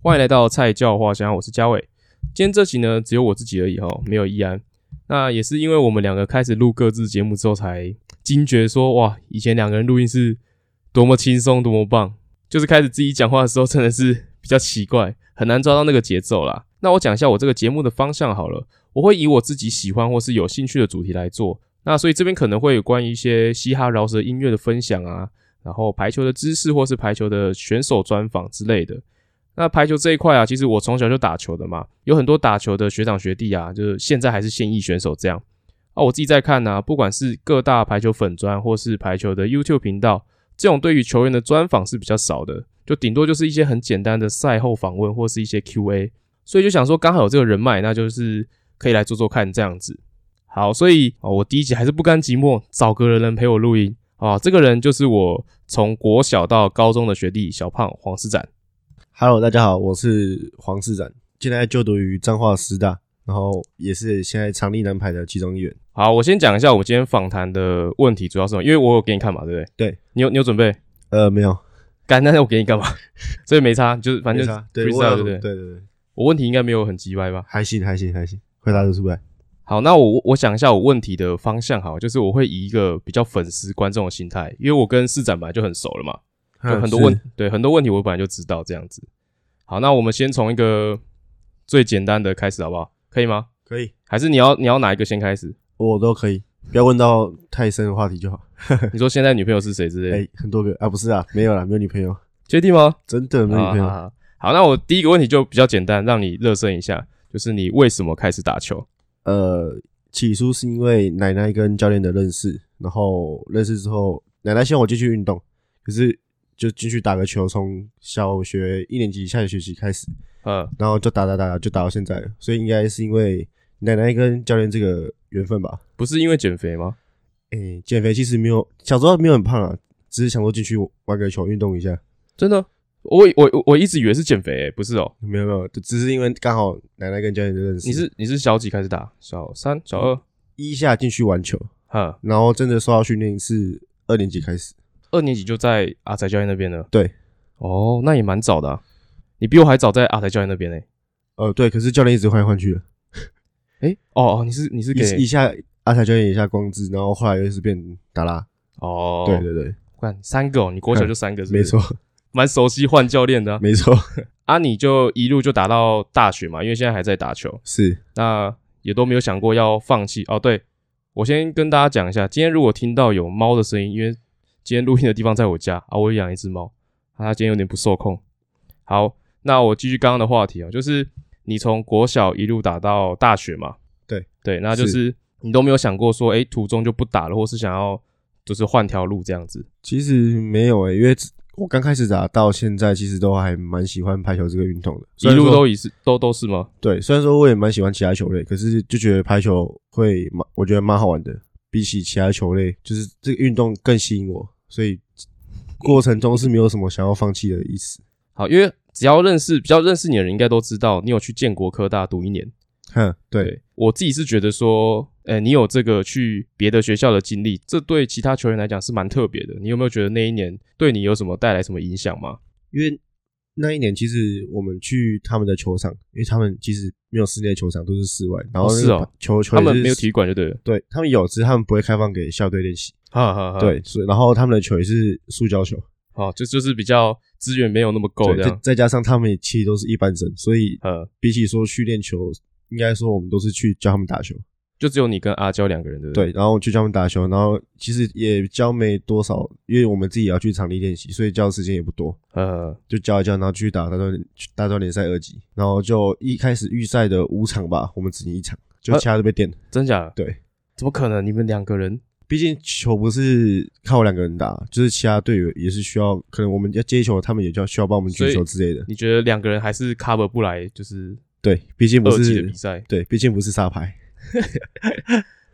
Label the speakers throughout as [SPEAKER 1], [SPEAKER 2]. [SPEAKER 1] 欢迎来到菜教花香，我是嘉伟。今天这集呢，只有我自己而已哈，没有易安。那也是因为我们两个开始录各自节目之后，才惊觉说，哇，以前两个人录音是多么轻松，多么棒。就是开始自己讲话的时候，真的是比较奇怪，很难抓到那个节奏啦。那我讲一下我这个节目的方向好了，我会以我自己喜欢或是有兴趣的主题来做。那所以这边可能会有关于一些嘻哈饶舌音乐的分享啊，然后排球的知识或是排球的选手专访之类的。那排球这一块啊，其实我从小就打球的嘛，有很多打球的学长学弟啊，就是现在还是现役选手这样。啊，我自己在看呢、不管是各大排球粉专或是排球的 YouTube 频道，这种对于球员的专访是比较少的，就顶多就是一些很简单的赛后访问或是一些 Q&A。所以就想说，刚好有这个人脉，那就是可以来做做看这样子。好，所以哦，我第一集还是不甘寂寞，找个人陪我录音啊。这个人就是我从国小到高中的学弟小胖黄思展。
[SPEAKER 2] Hello，大家好，我是黄市长，现在就读于彰化师大，然后也是现在长立南排的其中一员。
[SPEAKER 1] 好，我先讲一下我们今天访谈的问题主要是什么，因为我有给你看嘛，对不对？
[SPEAKER 2] 对，
[SPEAKER 1] 你有你有准备？
[SPEAKER 2] 呃，没有，
[SPEAKER 1] 干，那我给你干嘛？ 所以没差，就是反正
[SPEAKER 2] 没
[SPEAKER 1] 就
[SPEAKER 2] 差对
[SPEAKER 1] freestyle，
[SPEAKER 2] 我
[SPEAKER 1] 对
[SPEAKER 2] 有
[SPEAKER 1] 不对
[SPEAKER 2] 对对对，
[SPEAKER 1] 我问题应该没有很鸡歪吧？
[SPEAKER 2] 还行还行还行，回答得出来。
[SPEAKER 1] 好，那我我想一下我问题的方向，好了，就是我会以一个比较粉丝观众的心态，因为我跟市长本来就很熟了嘛，
[SPEAKER 2] 啊
[SPEAKER 1] 就很多问、对很多问题我本来就知道这样子。好，那我们先从一个最简单的开始好不好？可以吗？
[SPEAKER 2] 可以，
[SPEAKER 1] 还是你要你要哪一个先开 始？
[SPEAKER 2] 我都可以，不要问到太深的话题就好。
[SPEAKER 1] 你说现在女朋友是谁之类
[SPEAKER 2] 哎、
[SPEAKER 1] 的，
[SPEAKER 2] 很多个啊，不是啊，没有啦，没有女朋友，
[SPEAKER 1] 确定吗？
[SPEAKER 2] 真的没有女朋友。
[SPEAKER 1] 啊好，那我第一个问题就比较简单，让你热身一下，就是你为什么开始打球？
[SPEAKER 2] 呃，起初是因为奶奶跟教练的认识，然后认识之后，奶奶希望我继续运动，可是就进去打个球，从小学一年级下学期开始，
[SPEAKER 1] 嗯，
[SPEAKER 2] 然后就打打打就打到现在了，所以应该是因为奶奶跟教练这个缘分吧。
[SPEAKER 1] 不是因为减肥吗？
[SPEAKER 2] 诶、减肥其实没有小时候没有很胖啊，只是想说进去玩个球运动一下，
[SPEAKER 1] 真的，我以我我我一直以为是减肥、欸，不是哦、
[SPEAKER 2] 没有没有，只是因为刚好奶奶跟教练的认识，
[SPEAKER 1] 你是你是小几开始打？小三、小二？
[SPEAKER 2] 一下进去玩球，
[SPEAKER 1] 哈，
[SPEAKER 2] 然后真的受到训练是二年级开始，
[SPEAKER 1] 二年级就在阿仔教练那边了。
[SPEAKER 2] 对，
[SPEAKER 1] 哦，那也蛮早的、啊，你比我还早在阿仔教练那边欸呢、
[SPEAKER 2] 呃对，可是教练一直换来换去的。
[SPEAKER 1] 欸。诶哦哦，你是你是给
[SPEAKER 2] 一一下阿才教练一下光之，然后后来又是变达拉。
[SPEAKER 1] 哦，
[SPEAKER 2] 对，对对，
[SPEAKER 1] 看三个哦，你国小就三个是不是
[SPEAKER 2] 没，错
[SPEAKER 1] 蛮熟悉换教练的啊
[SPEAKER 2] 没错，
[SPEAKER 1] 啊，你就一路就打到大学嘛，因为现在还在打球。
[SPEAKER 2] 是
[SPEAKER 1] 那也都没有想过要放弃哦。对，我先跟大家讲一下，今天如果听到有猫的声音，因为今天录音的地方在我家啊，我有养一只猫，啊它今天有点不受控。好，那我继续刚刚的话题哦，就是你从国小一路打到大学嘛，
[SPEAKER 2] 对
[SPEAKER 1] 对，那就是你都没有想过说，诶、途中就不打了，或是想要就是换条路这样子。
[SPEAKER 2] 其实没有欸诶、因为我刚开始打到现在，其实都还蛮喜欢排球这个运动的，
[SPEAKER 1] 一
[SPEAKER 2] 虽然
[SPEAKER 1] 路
[SPEAKER 2] 说
[SPEAKER 1] 都也是都都是吗？
[SPEAKER 2] 对。虽然说我也蛮喜欢其他球类，可是就觉得排球会蛮，我觉得蛮好玩的，比起其他球类，就是这个运动更吸引我，所以过程中是没有什么想要放弃的意思。
[SPEAKER 1] 好，因为只要认识比较认识你的人，应该都知道你有去建国科大读一年。嗯
[SPEAKER 2] 哼，对，
[SPEAKER 1] 我自己是觉得说，呃，你有这个去别的学校的经历，这对其他球员来讲是蛮特别的。你有没有觉得那一年对你有什么带来什么影响吗？
[SPEAKER 2] 因为那一年其实我们去他们的球场，因为他们其实没有室内球场，都是室外。然后
[SPEAKER 1] 哦
[SPEAKER 2] 那
[SPEAKER 1] 是
[SPEAKER 2] 个
[SPEAKER 1] 哦
[SPEAKER 2] 球球
[SPEAKER 1] 他
[SPEAKER 2] 也
[SPEAKER 1] 们
[SPEAKER 2] 是
[SPEAKER 1] 没有体育馆就对了。
[SPEAKER 2] 对他们有，只是他们不会开放给校队练习。
[SPEAKER 1] 哈哈哈，
[SPEAKER 2] 对，所以然后他们的球也是塑胶球，
[SPEAKER 1] 好，哦就就是比较资源没有那么够
[SPEAKER 2] 对，
[SPEAKER 1] 这
[SPEAKER 2] 再
[SPEAKER 1] 样。
[SPEAKER 2] 再加上他们也其实都是一般生，所以
[SPEAKER 1] 呃，
[SPEAKER 2] 比起说去练球，应该说我们都是去教他们打球。
[SPEAKER 1] 就只有你跟阿娇两个人，对不对？
[SPEAKER 2] 对，然后去教他们打球，然后其实也教没多少，因为我们自己也要去场地练习，所以教的时间也不多。
[SPEAKER 1] 呃，
[SPEAKER 2] 就教一教，然后去打大专去大专联赛二级，然后就一开始预赛的五场吧，我们只赢一场，
[SPEAKER 1] 啊
[SPEAKER 2] 就其他都被垫。
[SPEAKER 1] 真假的？
[SPEAKER 2] 对，
[SPEAKER 1] 怎么可能？你们两个人
[SPEAKER 2] 毕竟球不是靠我两个人打，就是其他队友也是需要，可能我们要接球，他们也就要需要帮我们
[SPEAKER 1] 所以
[SPEAKER 2] 举球之类的。
[SPEAKER 1] 你觉得两个人还是 cover 不来，就是
[SPEAKER 2] 对，毕竟不
[SPEAKER 1] 二级的
[SPEAKER 2] 是
[SPEAKER 1] 比赛，
[SPEAKER 2] 对，毕竟不是沙排。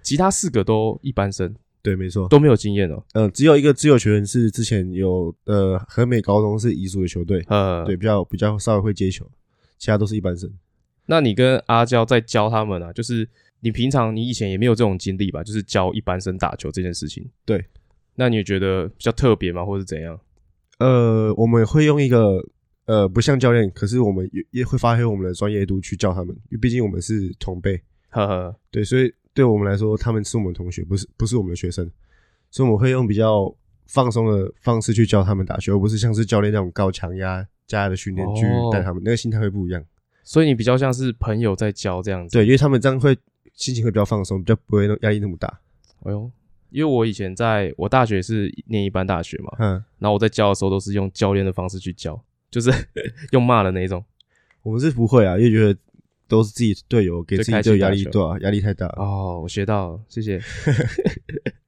[SPEAKER 1] 其他四个都一般生，
[SPEAKER 2] 对，没错。
[SPEAKER 1] 都没有经验哦。
[SPEAKER 2] 嗯、只有一个自由球员是之前有呃和美高中是彝族的球队，
[SPEAKER 1] 呃，
[SPEAKER 2] 对，比较比较稍微会接球，其他都是一般生。
[SPEAKER 1] 那你跟阿娇在教他们啊，就是你平常你以前也没有这种经历吧？就是教一般生打球这件事情。
[SPEAKER 2] 对，
[SPEAKER 1] 那你也觉得比较特别吗？或者是怎样？
[SPEAKER 2] 呃，我们会用一个呃不像教练，可是我们也也会发挥我们的专业度去教他们，因为毕竟我们是同辈，
[SPEAKER 1] 呵呵，
[SPEAKER 2] 对，所以对我们来说，他们是我们同学，不是不是我们的学生，所以我们会用比较放松的方式去教他们打球，而不是像是教练那种高强压加压的训练去
[SPEAKER 1] 哦
[SPEAKER 2] 带他们，那个心态会不一样。
[SPEAKER 1] 所以你比较像是朋友在教这样子。
[SPEAKER 2] 对，因为他们这样会心情会比较放松，比较不会那压力那么大。
[SPEAKER 1] 哎呦，因为我以前在我大学是念一般大学嘛，
[SPEAKER 2] 嗯，
[SPEAKER 1] 然后我在教的时候都是用教练的方式去教，就是 用骂的那一种。
[SPEAKER 2] 我们是不会啊，因为觉得都是自己队友给
[SPEAKER 1] 就
[SPEAKER 2] 自己
[SPEAKER 1] 开
[SPEAKER 2] 队友
[SPEAKER 1] 心
[SPEAKER 2] 压
[SPEAKER 1] 打
[SPEAKER 2] 力
[SPEAKER 1] 球
[SPEAKER 2] 对啊，压力太大了。
[SPEAKER 1] 哦，我学到了，谢 谢。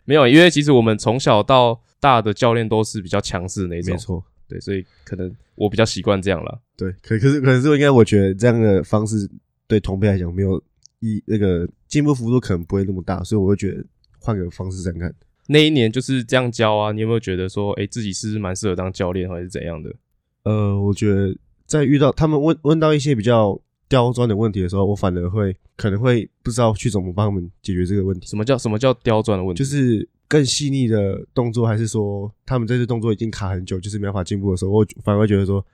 [SPEAKER 1] 没有，因为其实我们从小到大的教练都是比较强势的那一
[SPEAKER 2] 没
[SPEAKER 1] 种，
[SPEAKER 2] 错，
[SPEAKER 1] 对，所以可能我比较习惯这样了。
[SPEAKER 2] 对，可可是可是应该我觉得这样的方式对同辈来讲没有一那个进步幅度可能不会那么大，所以我会觉得换个方式再看。
[SPEAKER 1] 那一年就是这样教啊，你有没有觉得说，哎、自己是不是蛮适合当教练，还是怎样的？
[SPEAKER 2] 呃，我觉得在遇到他们问问到一些比较刁钻的问题的时候，我反而会可能会不知道去怎么帮他们解决这个问题，
[SPEAKER 1] 什么叫什么叫刁钻的问题？
[SPEAKER 2] 就是更细腻的动作，还是说他们这些动作已经卡很久，就是没办法进步的时候，我反而会觉得说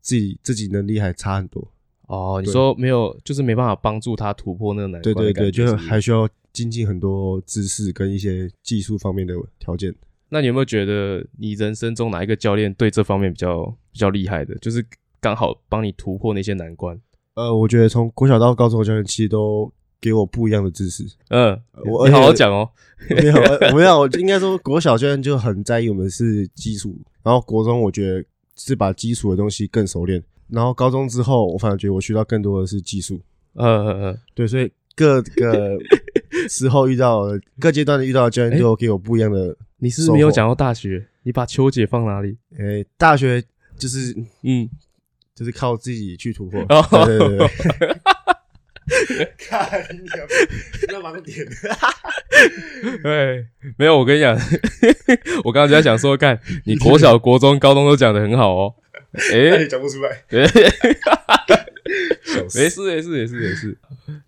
[SPEAKER 2] 自己自己能力还差很多。
[SPEAKER 1] 哦，你
[SPEAKER 2] 对
[SPEAKER 1] 说没有，就是没办法帮助他突破那个难
[SPEAKER 2] 对
[SPEAKER 1] 关
[SPEAKER 2] 对
[SPEAKER 1] 的
[SPEAKER 2] 对，
[SPEAKER 1] 感觉
[SPEAKER 2] 就是是
[SPEAKER 1] 不是
[SPEAKER 2] 还需要精进很多知识跟一些技术方面的条件。
[SPEAKER 1] 那你有没有觉得你人生中哪一个教练对这方面比较比较厉害的？就是刚好帮你突破那些难关。
[SPEAKER 2] 呃，我觉得从国小到高中的教练其实都给我不一样的知识。
[SPEAKER 1] 嗯，
[SPEAKER 2] 呃我
[SPEAKER 1] 你
[SPEAKER 2] 而且
[SPEAKER 1] 好好讲哦。
[SPEAKER 2] 没有，呃没有，应该说国小教练就很在意我们是基础，然后国中我觉得是把基础的东西更熟练，然后高中之后我反而觉得我学到更多的是技术。
[SPEAKER 1] 嗯嗯嗯，
[SPEAKER 2] 对，所以各个时候遇到 的各阶段的遇到的教练都有给我不一样的。
[SPEAKER 1] 你是不是
[SPEAKER 2] 收
[SPEAKER 1] 没有
[SPEAKER 2] 获
[SPEAKER 1] 讲到大学？你把秋姐放哪里？
[SPEAKER 2] 呃、大学就是
[SPEAKER 1] 嗯，
[SPEAKER 2] 就是靠自己去突破。
[SPEAKER 1] 哦
[SPEAKER 2] 对对对对。 看，不要盲点。
[SPEAKER 1] 对，没有。我跟你讲， 我刚刚就在想说，看你国小、国中、高中都讲的很好哦。诶、
[SPEAKER 2] 讲不出来。
[SPEAKER 1] 对
[SPEAKER 2] 笑死
[SPEAKER 1] 没事，没事，没事，没事。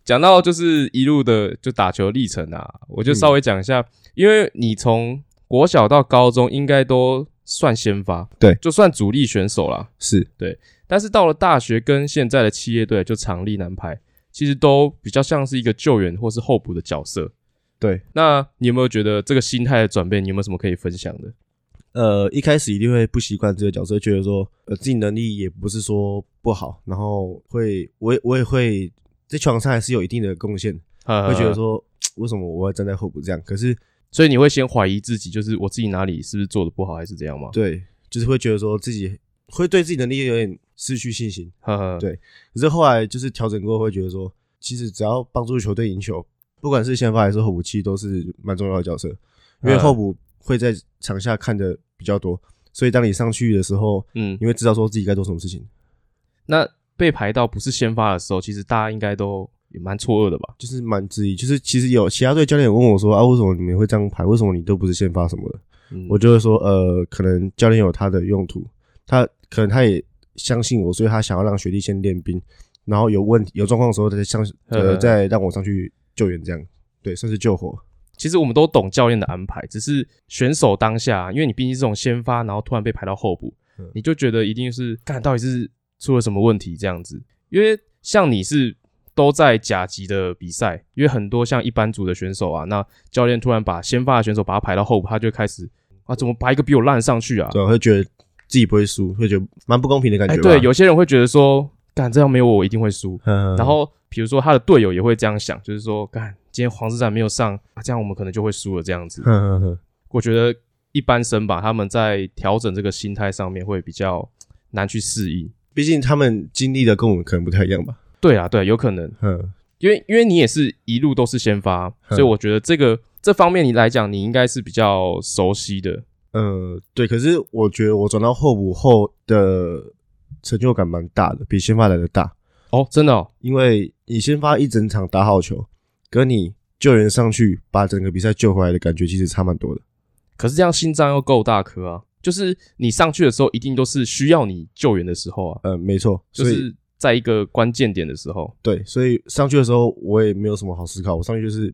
[SPEAKER 1] 讲到就是一路的就打球历程啊，我就稍微讲一下，因为你从国小到高中应该都算先发，
[SPEAKER 2] 对
[SPEAKER 1] 就算主力选手啦。
[SPEAKER 2] 是，
[SPEAKER 1] 但是到了大学跟现在的企业队，就常立南排，其实都比较像是一个救援或是候补的角色。
[SPEAKER 2] 对。
[SPEAKER 1] 那你有没有觉得这个心态的转变，你有没有什么可以分享的？
[SPEAKER 2] 呃，一开始一定会不习惯这个角色，觉得说，呃，自己能力也不是说不好，然后会，我也我也会在球场上还是有一定的贡献，会
[SPEAKER 1] 会
[SPEAKER 2] 觉得，说，为什么我要站在候补这样？可是，
[SPEAKER 1] 所以你会先怀疑自己，就是我自己哪里是不是做的不好，还是这样吗？
[SPEAKER 2] 对，就是会觉得说自己会对自己能力有点失去信心。
[SPEAKER 1] 呵呵，
[SPEAKER 2] 对可是后来就是调整过后，会觉得说，其实只要帮助球队赢球，不管是先发还是候补，其实都是蛮重要的角色，因为
[SPEAKER 1] 嗯
[SPEAKER 2] 候补会在场下看的比较多，所以当你上去的时候，
[SPEAKER 1] 嗯，
[SPEAKER 2] 你会知道说自己该做什么事情。
[SPEAKER 1] 那被排到不是先发的时候，其实大家应该都也蛮错愕的吧？
[SPEAKER 2] 就是蛮质疑，就是其实有其他队教练有问我说啊，为什么你们会这样排？为什么你都不是先发什么的？
[SPEAKER 1] 嗯
[SPEAKER 2] 我就会说，呃，可能教练有他的用途，他可能他也相信我，所以他想要让学弟先练兵，然后有问题有状况的时候，他再相
[SPEAKER 1] 嗯
[SPEAKER 2] 呃
[SPEAKER 1] 嗯
[SPEAKER 2] 再让我上去救援，这样对，算是救火。
[SPEAKER 1] 其实我们都懂教练的安排，只是选手当下，因为你毕竟是这种先发，然后突然被排到候补，
[SPEAKER 2] 嗯
[SPEAKER 1] 你就觉得一定是看到底是出了什么问题这样子。因为像你是都在甲级的比赛，因为很多像一般组的选手啊，那教练突然把先发的选手把他排到候补，他就开始啊，怎么把一个比我烂的上去啊？
[SPEAKER 2] 对啊，会觉得自己不会输，会觉得蛮不公平的感觉
[SPEAKER 1] 哎，
[SPEAKER 2] 吧。
[SPEAKER 1] 对，有些人会觉得说，干这样没有我，我一定会输。
[SPEAKER 2] 嗯，
[SPEAKER 1] 然后比如说他的队友也会这样想，就是说，干今天黄志展没有上，啊这样我们可能就会输了这样子。
[SPEAKER 2] 嗯嗯嗯，
[SPEAKER 1] 我觉得一般生吧，他们在调整这个心态上面会比较难去适应。
[SPEAKER 2] 毕竟他们经历的跟我们可能不太一样吧。
[SPEAKER 1] 对啊，对，有可能，
[SPEAKER 2] 嗯，
[SPEAKER 1] 因为因为你也是一路都是先发，
[SPEAKER 2] 嗯
[SPEAKER 1] 所以我觉得这个这方面你来讲，你应该是比较熟悉的。
[SPEAKER 2] 呃，对，可是我觉得我转到后补后的成就感蛮大的，比先发来的大，
[SPEAKER 1] 哦，真的哦，
[SPEAKER 2] 因为你先发一整场打好球，跟你救援上去把整个比赛救回来的感觉其实差蛮多的。
[SPEAKER 1] 可是这样心脏要够大颗啊，就是你上去的时候，一定都是需要你救援的时候啊，
[SPEAKER 2] 呃，没错，
[SPEAKER 1] 就
[SPEAKER 2] 所以、
[SPEAKER 1] 是在一个关键点的时候
[SPEAKER 2] 对，所以上去的时候我也没有什么好思考，我上去就是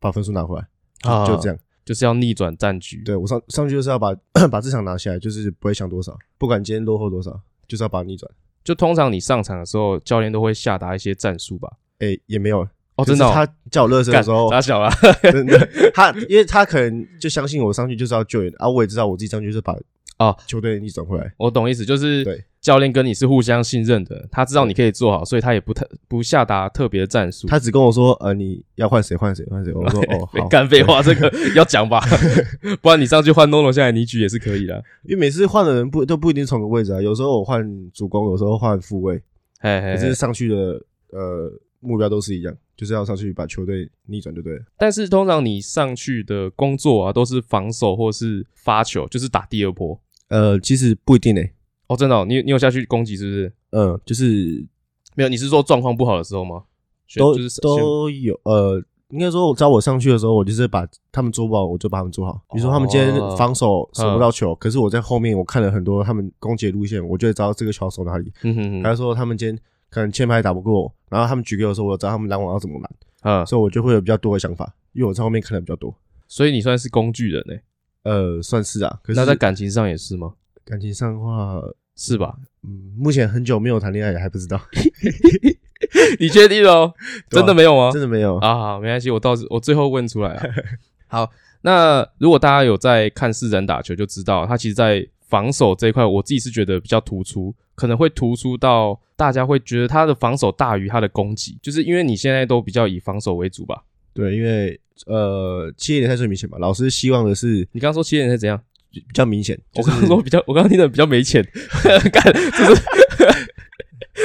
[SPEAKER 2] 把分数拿回来，就啊就这
[SPEAKER 1] 样，
[SPEAKER 2] 样。
[SPEAKER 1] 就是要逆转战局。
[SPEAKER 2] 对 我上上去就是要把把这场拿下来，就是不会想多少，不管今天落后多少，就是要把它逆转。
[SPEAKER 1] 就通常你上场的时候，教练都会下达一些战术吧？
[SPEAKER 2] 哎、也没有
[SPEAKER 1] 哦，
[SPEAKER 2] 就
[SPEAKER 1] 真
[SPEAKER 2] 是
[SPEAKER 1] 的、哦，啊
[SPEAKER 2] 他叫我热身的时候，
[SPEAKER 1] 打小啦，
[SPEAKER 2] 真的，他因为他可能就相信我上去就是要救援啊，我也知道我自己上去就是把
[SPEAKER 1] 哦
[SPEAKER 2] 球队逆转回来，
[SPEAKER 1] 我懂意思，就是
[SPEAKER 2] 对
[SPEAKER 1] 教练跟你是互相信任的，他知道你可以做好，所以他也不特不下达特别的战术。
[SPEAKER 2] 他只跟我说呃你要换谁换谁换谁，我 说哦好，
[SPEAKER 1] 干废话，这 个要讲吧，不然你上去换 NONO 下来，你举也是可以的。
[SPEAKER 2] 因为每次换的人不都不一定同个位置啊，有时候我换主攻，有时候换副位，
[SPEAKER 1] 嘿嘿
[SPEAKER 2] 可
[SPEAKER 1] 嘿
[SPEAKER 2] 是上去的呃目标都是一样，就是要上去把球队逆转就对了。
[SPEAKER 1] 但是通常你上去的工作啊，都是防守或是发球，就是打第二波。
[SPEAKER 2] 呃，其实不一定诶、
[SPEAKER 1] 哦，真的、哦，你你有下去攻击是不是？
[SPEAKER 2] 嗯，就是
[SPEAKER 1] 没有，你是说状况不好的时候吗？选
[SPEAKER 2] 都、
[SPEAKER 1] 就是
[SPEAKER 2] 都有呃。应该说，我找我上去的时候，我就是把他们做不好，我就把他们做好。比如说，他们今天
[SPEAKER 1] 哦
[SPEAKER 2] 防守守
[SPEAKER 1] 嗯
[SPEAKER 2] 不到球，可是我在后面我看了很多他们攻击的路线，我就会知道这个球要守哪里。
[SPEAKER 1] 嗯哼
[SPEAKER 2] 还
[SPEAKER 1] 哼，
[SPEAKER 2] 有说，他们今天可能前排打不过我，然后他们举给我的时候，我知道他们拦网要怎么拦，
[SPEAKER 1] 嗯，
[SPEAKER 2] 所以我就会有比较多的想法，因为我在后面看的比较多。
[SPEAKER 1] 所以你算是工具人诶、
[SPEAKER 2] 呃，算是啊。可是
[SPEAKER 1] 那在感情上也是吗？
[SPEAKER 2] 感情上的话，
[SPEAKER 1] 是 吧？
[SPEAKER 2] 嗯，目前很久没有谈恋爱，还不知道，
[SPEAKER 1] 你确定哦？
[SPEAKER 2] 对啊
[SPEAKER 1] 真的没有吗？
[SPEAKER 2] 真的没有。
[SPEAKER 1] 啊，好没关系，我到时我最后问出来 了。好，那如果大家有在看四人打球，就知道他其实，在防守这一块，我自己是觉得比较突出，可能会突出到大家会觉得他的防守大于他的攻击，就是因为你现在都比较以防守为主吧？
[SPEAKER 2] 对，因为呃，企业联赛最明显嘛，老师希望的是
[SPEAKER 1] 你刚刚说七人是怎样？
[SPEAKER 2] 比较明显，
[SPEAKER 1] 我
[SPEAKER 2] 就是
[SPEAKER 1] 刚刚说比较，我刚刚听的比较没钱，干就是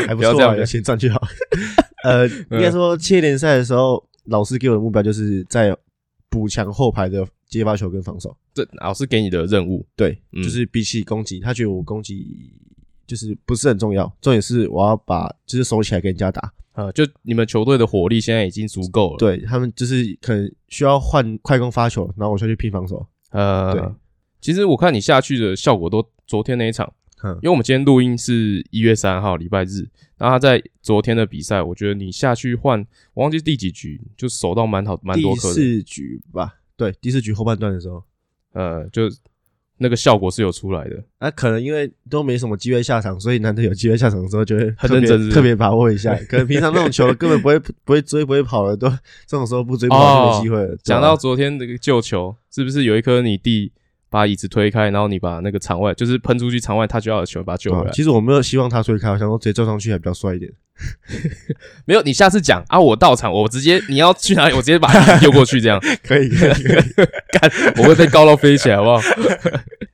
[SPEAKER 2] 还不
[SPEAKER 1] 不要
[SPEAKER 2] 错
[SPEAKER 1] 这
[SPEAKER 2] 啊，
[SPEAKER 1] 样嗯
[SPEAKER 2] 有钱赚就好。 呃，应该说企业联赛的时候，老师给我的目标就是在补强后排的接发球跟防守。
[SPEAKER 1] 这老师给你的任务，
[SPEAKER 2] 对，
[SPEAKER 1] 嗯
[SPEAKER 2] 就是比起攻击，他觉得我攻击就是不是很重要，重点是我要把就是守起来跟人家打。
[SPEAKER 1] 呃，就你们球队的火力现在已经足够了。，
[SPEAKER 2] 对他们就是可能需要换快攻发球，然后我下去拼防守。对
[SPEAKER 1] 呃，其实我看你下去的效果都昨天那一场。
[SPEAKER 2] 嗯
[SPEAKER 1] 因，为我们今天录音是一月三号，礼拜日。然后他在昨天的比赛，我觉得你下去换，我忘记第几局，就守到蛮好蛮多
[SPEAKER 2] 第
[SPEAKER 1] 颗的，
[SPEAKER 2] 四局吧，对，第四局后半段的时候，
[SPEAKER 1] 呃，就那个效果是有出来的。
[SPEAKER 2] 那、可能因为都没什么机会下场，所以难得有机会下场的时候，就会
[SPEAKER 1] 很
[SPEAKER 2] 特别
[SPEAKER 1] 认真是不是
[SPEAKER 2] 特别把握一下。可能平常那 种球根本不会不会追不会跑的，都这种时候不追不跑就没机会了。对
[SPEAKER 1] 讲
[SPEAKER 2] 啊
[SPEAKER 1] 哦到昨天那个救球，是不是有一颗你弟把椅子推开，然后你把那个场外就是喷出去场外他就要的球把它救回
[SPEAKER 2] 对
[SPEAKER 1] 来
[SPEAKER 2] 啊？其实我没有希望他追开，我想说直接撞上去还比较帅 一点。
[SPEAKER 1] 没有，你下次讲啊，我到场，我直接你要去哪里，我直接把椅子丢过去这样。
[SPEAKER 2] 可以可以，可以
[SPEAKER 1] 我会被高到飞起来，好不 好？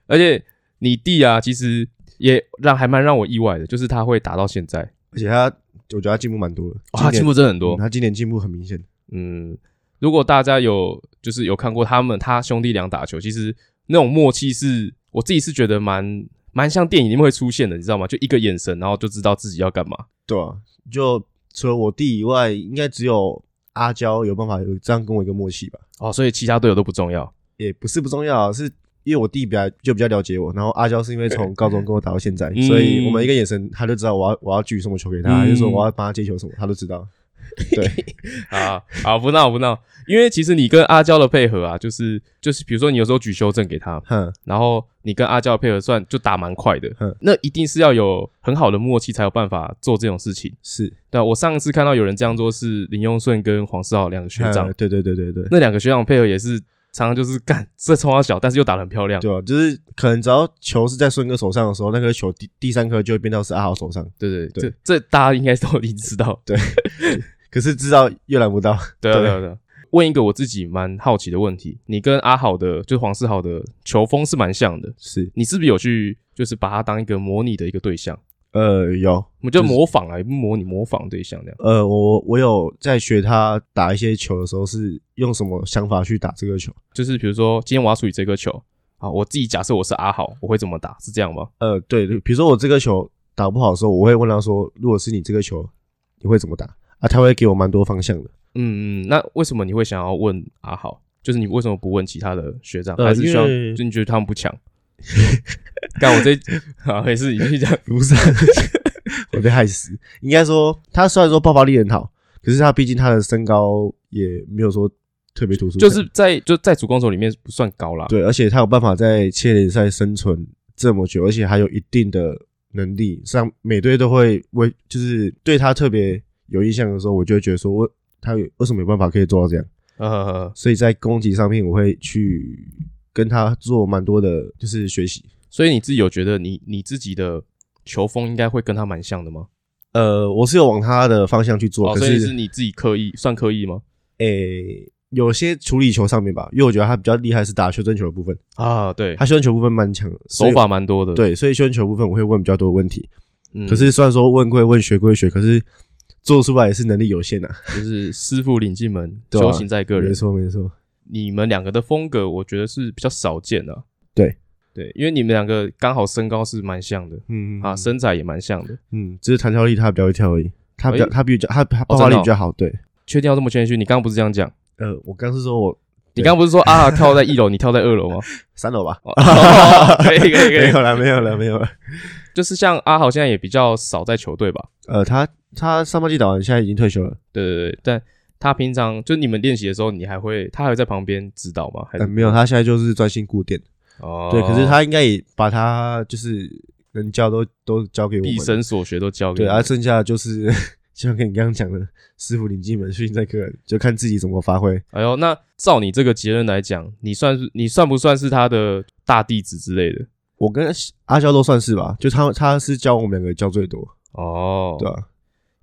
[SPEAKER 1] 而且你弟啊，其实也让还蛮让我意外的，就是他会打到现在，
[SPEAKER 2] 而且他我觉得他进步蛮多的，
[SPEAKER 1] 哇、哦他
[SPEAKER 2] 今年
[SPEAKER 1] 进步真的很
[SPEAKER 2] 嗯
[SPEAKER 1] 多。
[SPEAKER 2] 他今年进步很明显。
[SPEAKER 1] 嗯，如果大家有就是有看过他们他兄弟俩打球，其实那种默契是我自己是觉得蛮蛮像电影里面会出现的，你知道吗？就一个眼神，然后就知道自己要干嘛。
[SPEAKER 2] 对啊，就除了我弟以外，应该只有阿娇有办法有这样跟我一个默契吧。
[SPEAKER 1] 哦，所以其他队友都不重 要。
[SPEAKER 2] 也不是不重要，啊是因为我弟比较就比较了解我，然后阿娇是因为从高中跟我打到现在，
[SPEAKER 1] 嗯
[SPEAKER 2] 所以我们一个眼神他就知道我要我要举什么球给他，
[SPEAKER 1] 嗯
[SPEAKER 2] 还是说我要帮他接球什么，他都知道。
[SPEAKER 1] 啊啊，不闹不闹，因为其实你跟阿娇的配合啊，就是就是，比如说你有时候举修正给他，
[SPEAKER 2] 哼，
[SPEAKER 1] 然后你跟阿娇的配合算就打蛮快的
[SPEAKER 2] 嗯，
[SPEAKER 1] 那一定是要有很好的默契才有办法做这种事情。
[SPEAKER 2] 是
[SPEAKER 1] 对啊、我上次看到有人这样做是林用顺跟黄世豪两个学长，
[SPEAKER 2] 嗯对对对对对，
[SPEAKER 1] 那两个学长配合也是常常就是干这冲他小，但是又打得很漂亮。
[SPEAKER 2] 对啊，就是可能只要球是在孙哥手上的时候，那颗球第第三颗就会变到是阿豪手上，
[SPEAKER 1] 对对
[SPEAKER 2] 对
[SPEAKER 1] 这这大家应该都已经知道。
[SPEAKER 2] 可是知道又拦不到。
[SPEAKER 1] 对啊
[SPEAKER 2] 对
[SPEAKER 1] 对啊对啊。问一个我自己蛮好奇的问题，你跟阿豪的，就是黄世豪的球风是蛮像的，
[SPEAKER 2] 是，
[SPEAKER 1] 你是不是有去就是把他当一个模拟的一个对象？
[SPEAKER 2] 呃，有，
[SPEAKER 1] 我们就
[SPEAKER 2] 就是
[SPEAKER 1] 模仿啊，也不模拟模仿对象这样。
[SPEAKER 2] 呃，我我有在学他打一些球的时候是用什么想法去打这个球。
[SPEAKER 1] 就是比如说，今天我要处理这颗球啊，我自己假设我是阿豪，我会怎么打？是这样吗？
[SPEAKER 2] 呃，对，比如说我这个球打不好的时候，我会问他说，如果是你这个球，你会怎么打？啊，他会给我蛮多方向的。
[SPEAKER 1] 嗯嗯，那为什么你会想要问阿豪？就是你为什么不问其他的学长？
[SPEAKER 2] 呃
[SPEAKER 1] 还是需要
[SPEAKER 2] 因为
[SPEAKER 1] 就你觉得他们不强？ 干我这啊，没事，你去讲。
[SPEAKER 2] 不是，啊 我被害死。应该说，他虽然说爆发力很好，可是他毕竟他的身高也没有说特别突出，
[SPEAKER 1] 就是在就在主攻手里面不算高啦。
[SPEAKER 2] 对，而且他有办法在切联赛生存这么久，而且还有一定的能力，像每队都会为就是对他特别有印象的时候，我就会觉得说我他有为什么有办法可以做到这样？
[SPEAKER 1] 呃，
[SPEAKER 2] 所以在攻击上面，我会去跟他做蛮多的，就是学习。
[SPEAKER 1] 所以你自己有觉得你你自己的球风应该会跟他蛮像的吗？
[SPEAKER 2] 呃，我是有往他的方向去做，
[SPEAKER 1] 哦，
[SPEAKER 2] 可
[SPEAKER 1] 所以
[SPEAKER 2] 是
[SPEAKER 1] 是你自己刻意算刻意吗？
[SPEAKER 2] 诶、有些处理球上面吧，因为我觉得他比较厉害是打修正球的部分，
[SPEAKER 1] 啊，对
[SPEAKER 2] 他，修正球部分蛮强的，所
[SPEAKER 1] 手
[SPEAKER 2] 以
[SPEAKER 1] 法蛮多的，，
[SPEAKER 2] 对，所以修正球部分我会问比较多的问题。
[SPEAKER 1] 嗯、
[SPEAKER 2] 可是虽然说问归问，学归学，可是做出来也是能力有限啊。
[SPEAKER 1] 就是师傅领进门，
[SPEAKER 2] 对啊
[SPEAKER 1] 修行在个人
[SPEAKER 2] 没。错，没错，
[SPEAKER 1] 你们两个的风格，我觉得是比较少见的、啊
[SPEAKER 2] 对
[SPEAKER 1] 对，因为你们两个刚好身高是蛮像的
[SPEAKER 2] 嗯
[SPEAKER 1] 啊，身材也蛮像的。
[SPEAKER 2] 嗯，只是弹跳力他比较会跳而已，他比较
[SPEAKER 1] 哎
[SPEAKER 2] 他比较他他爆发力
[SPEAKER 1] 真的哦嗯
[SPEAKER 2] 比较好。对，
[SPEAKER 1] 确定要这么谦虚？你刚刚不是这样讲？
[SPEAKER 2] 呃，我刚是说我
[SPEAKER 1] 你刚刚不是说啊，跳在一楼，你跳在二楼 吗？
[SPEAKER 2] 三楼吧，
[SPEAKER 1] 哦哦可以可以可
[SPEAKER 2] 没
[SPEAKER 1] 以，
[SPEAKER 2] 有了，没有了，没有了。
[SPEAKER 1] 就是像阿豪现在也比较少在球队吧？
[SPEAKER 2] 呃，他他上半季打完，现在已经退休了。
[SPEAKER 1] 对对对，但他平常就你们练习的时候，你还会他还会在旁边指导吗？还是、
[SPEAKER 2] 呃，没有，他现在就是专心顾店。
[SPEAKER 1] 哎哦，
[SPEAKER 2] 对，可是他应该也把他就是能教都都交给我
[SPEAKER 1] 毕
[SPEAKER 2] 们。
[SPEAKER 1] 生所学都教给
[SPEAKER 2] 对，
[SPEAKER 1] 你
[SPEAKER 2] 啊，剩下就是 就像跟你刚刚讲的，师傅领进门，训在个人，就看自己怎么发挥。
[SPEAKER 1] 哎呦，那照你这个结论来讲，你算是你算不算是他的大弟子之类的？
[SPEAKER 2] 我跟阿娇都算是吧，就他他是教我们两个教最多，
[SPEAKER 1] 哦，
[SPEAKER 2] 对啊，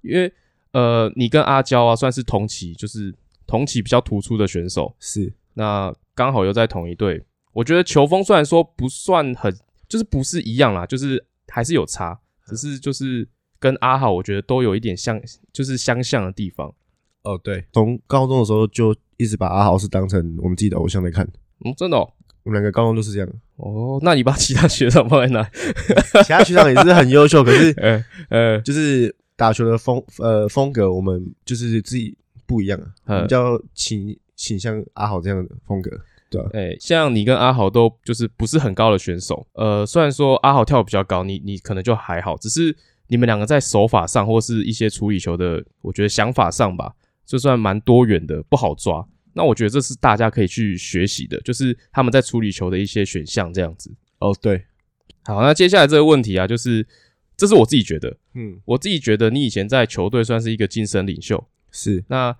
[SPEAKER 1] 因为呃，你跟阿娇啊算是同期，就是同期比较突出的选手，
[SPEAKER 2] 是
[SPEAKER 1] 那刚好又在同一队。我觉得球风虽然说不算很，就是不是一样啦，就是还是有差，只
[SPEAKER 2] 嗯
[SPEAKER 1] 是就是跟阿豪，我觉得都有一点像，就是相像的地方。
[SPEAKER 2] 哦，对，从高中的时候就一直把阿豪是当成我们自己的偶像来看，
[SPEAKER 1] 嗯，真的哦。
[SPEAKER 2] 我们两个高中就是 这样，
[SPEAKER 1] 哦，那你把其他学长放在哪？
[SPEAKER 2] 其他学长也是很优秀，可 是
[SPEAKER 1] 呃呃，
[SPEAKER 2] 就是打球的风呃风格，我们就是自己不一样啊，我
[SPEAKER 1] 嗯
[SPEAKER 2] 们比较倾倾向阿豪这样的风格，对啊，
[SPEAKER 1] 哎、像你跟阿豪都就是不是很高的选手，呃，虽然说阿豪跳得比较高，你你可能就还好，只是你们两个在手法上或是一些处理球的，我觉得想法上吧，就算蛮多元的，不好抓。那我觉得这是大家可以去学习的，就是他们在处理球的一些选项这样子。
[SPEAKER 2] 哦，对，
[SPEAKER 1] 好，那接下来这个问题啊，就是这是我自己觉得，
[SPEAKER 2] 嗯，
[SPEAKER 1] 我自己觉得你以前在球队算是一个精神领袖，
[SPEAKER 2] 是
[SPEAKER 1] 那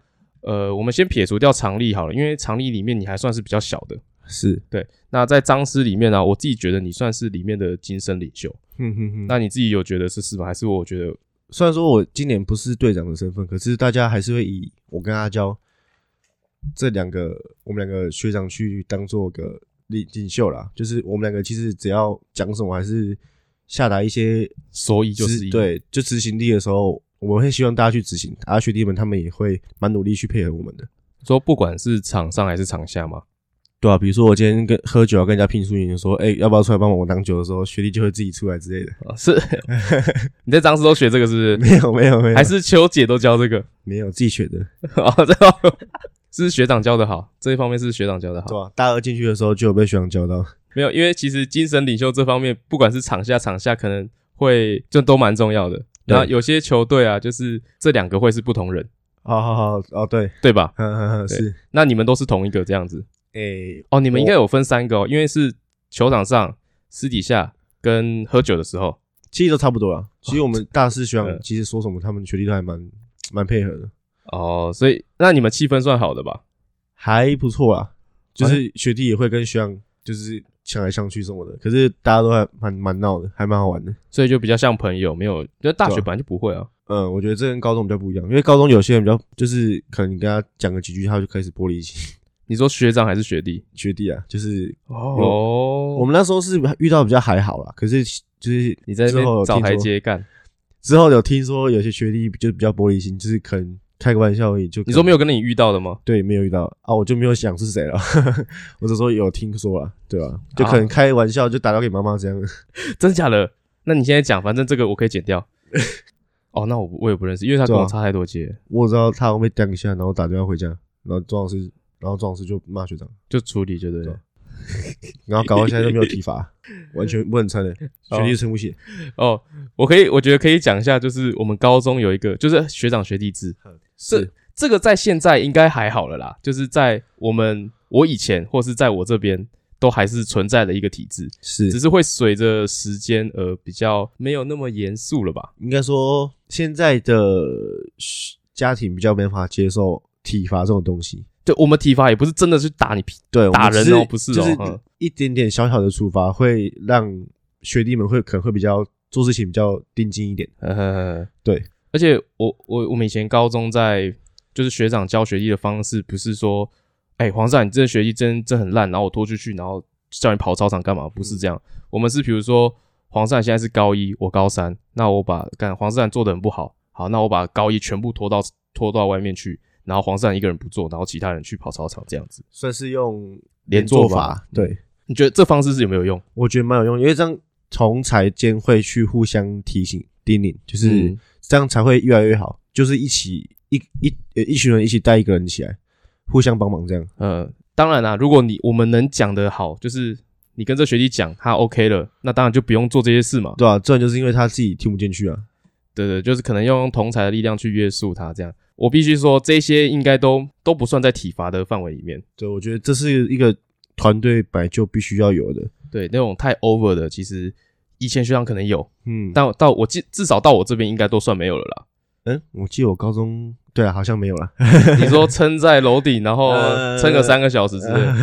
[SPEAKER 1] 呃，我们先撇除掉常力好了，因为常力里面你还算是比较小的。
[SPEAKER 2] 是，
[SPEAKER 1] 对，那在张师里面呢、我自己觉得你算是里面的精神领袖。
[SPEAKER 2] 嗯哼哼。
[SPEAKER 1] 那你自己有觉得是是吗？还是我觉得
[SPEAKER 2] 虽然说我今年不是队长的身份，可是大家还是会以我跟阿娇这两个我们两个学长去当做个领领袖啦。就是我们两个其实只要讲什么，还是下达一些
[SPEAKER 1] 说一就
[SPEAKER 2] 执
[SPEAKER 1] 是一？，
[SPEAKER 2] 对，就执行力的时候，我们会希望大家去执行。阿学弟们他们也会蛮努力去配合我们的。
[SPEAKER 1] 说不管是场上还是场下 嘛。
[SPEAKER 2] 对啊，比如说我今天跟喝酒要跟人家拼输赢，说哎、要不要出来帮我挡酒的时候，学弟就会自己出来之类的。
[SPEAKER 1] 啊是 你在张师都学这个是不
[SPEAKER 2] 没有没有
[SPEAKER 1] 是？
[SPEAKER 2] 没有，哦
[SPEAKER 1] 还是秋姐都教这 个？
[SPEAKER 2] 没有自己学的。
[SPEAKER 1] 啊，这个是学长教的好，这一方面是学长教的好。
[SPEAKER 2] 对啊，大二进去的时候就有被学长教到。
[SPEAKER 1] 没有，因为其实精神领袖这方面，不管是场下场下，可能会就都蛮重要的。
[SPEAKER 2] 对
[SPEAKER 1] 然后有些球队啊，就是这两个会是不同人，
[SPEAKER 2] 好好好哦，对，
[SPEAKER 1] 对吧？
[SPEAKER 2] 呵呵呵，
[SPEAKER 1] 对
[SPEAKER 2] 嗯是，
[SPEAKER 1] 那你们都是同一个这样子。
[SPEAKER 2] 诶、
[SPEAKER 1] 哦，你们应该有分三个哦，因为是球场上、私底下跟喝酒的时候。
[SPEAKER 2] 其实都差不多啦。其实我们大四学
[SPEAKER 1] 嗯
[SPEAKER 2] 长其实说什么，他们学弟都还蛮蛮配合的，
[SPEAKER 1] 哦，所以那你们气氛算好的吧？
[SPEAKER 2] 还不错啦。
[SPEAKER 1] 哦
[SPEAKER 2] 就是学弟也会跟学长就是抢来抢去什么的，可是大家都还蛮蛮闹的，还蛮好玩的。
[SPEAKER 1] 所以就比较像朋友，没有，就大学
[SPEAKER 2] 对啊
[SPEAKER 1] 本来就不会啊。
[SPEAKER 2] 嗯，我觉得这跟高中比较不一样，因为高中有些人比较就是可能你跟他讲个几句，他就开始玻璃心
[SPEAKER 1] 你说学长还是学弟？
[SPEAKER 2] 学弟啊，就是
[SPEAKER 1] 哦
[SPEAKER 2] 我们那时候是遇到比较还好啦，可是就是
[SPEAKER 1] 你在那
[SPEAKER 2] 之后
[SPEAKER 1] 边
[SPEAKER 2] 有
[SPEAKER 1] 找
[SPEAKER 2] 听
[SPEAKER 1] 台
[SPEAKER 2] 说
[SPEAKER 1] 阶干。
[SPEAKER 2] 之后有听说有些学弟就比较玻璃心，就是可能开个玩笑而已，就可
[SPEAKER 1] 你
[SPEAKER 2] 能
[SPEAKER 1] 说没有跟你遇到的 吗？
[SPEAKER 2] 对，没有遇到啊，我就没有想是谁了， 我只说有听说了，对吧、就可能
[SPEAKER 1] 啊
[SPEAKER 2] 开玩笑，就打到给妈妈这样。
[SPEAKER 1] 真假的？那你现在讲，反正这个我可以剪 掉。哦，那我不我也不认识，因为他跟
[SPEAKER 2] 对啊
[SPEAKER 1] 我差太多届，
[SPEAKER 2] 我知道他好像被当一下，然后打电话回家，然后庄老师，然后庄老师就骂学长，
[SPEAKER 1] 就处理就对了
[SPEAKER 2] 对。然后搞到现在都没有体罚，完全不能撑的，
[SPEAKER 1] 哦
[SPEAKER 2] 学弟撑不起。
[SPEAKER 1] 哦，我可以，我觉得可以讲一下，就是我们高中有一个，就是学长学弟制，这
[SPEAKER 2] 是
[SPEAKER 1] 这个在现在应该还好了啦，就是在我们我以前或是在我这边，都还是存在的一个体制，只
[SPEAKER 2] 是
[SPEAKER 1] 是会随着时间而比较没有那么严肃了吧？
[SPEAKER 2] 应该说现在的家庭比较没法接受体罚这种东西。
[SPEAKER 1] 对我们体罚也不是真的去打你屁，
[SPEAKER 2] 对，我们
[SPEAKER 1] 打人
[SPEAKER 2] 只
[SPEAKER 1] 哦不是哦
[SPEAKER 2] 就是
[SPEAKER 1] 嗯
[SPEAKER 2] 一点点小小的处罚会让学弟们会可能会比较做事情比较定睛一点。
[SPEAKER 1] 呃，
[SPEAKER 2] 对，
[SPEAKER 1] 而且我我我们以前高中在就是学长教学弟的方式，不是说，哎、黄少你这学弟真真很烂，然后我拖出去，然后叫你跑操场干嘛？不是这样，我们是比如说黄善现在是高一，我高三，那我把干黄善做的很不好，好，那我把高一全部拖到拖到外面去，然后黄善一个人不做，然后其他人去跑操场这样子，
[SPEAKER 2] 算是用
[SPEAKER 1] 连
[SPEAKER 2] 做
[SPEAKER 1] 坐法
[SPEAKER 2] 法。对，
[SPEAKER 1] 你觉得这方式是有没有用？
[SPEAKER 2] 我觉得蛮有用，因为这样同才间会去互相提醒、叮咛，就是、
[SPEAKER 1] 嗯
[SPEAKER 2] 这样才会越来越好。就是一起一一呃一群人一起带一个人起来，互相帮忙这样。
[SPEAKER 1] 呃，当然啦、如果你我们能讲得好，就是你跟这学弟讲他 OK 了，那当然就不用做这些事嘛。
[SPEAKER 2] 对啊，这就是因为他自己听不进去啊。
[SPEAKER 1] 对对，就是可能要用同才的力量去约束他这样。我必须说，这些应该都都不算在体罚的范围里面。
[SPEAKER 2] 对，我觉得这是一个团队本来就必须要有的。
[SPEAKER 1] 对，那种太 over 的，其实以前学长可能有，
[SPEAKER 2] 嗯，
[SPEAKER 1] 但到我至至少到我这边应该都算没有了啦。
[SPEAKER 2] 嗯，我记得我高中对啊，好像没有啦。
[SPEAKER 1] 你说撑在楼顶，然后
[SPEAKER 2] 呃
[SPEAKER 1] 撑个三个小时之类的，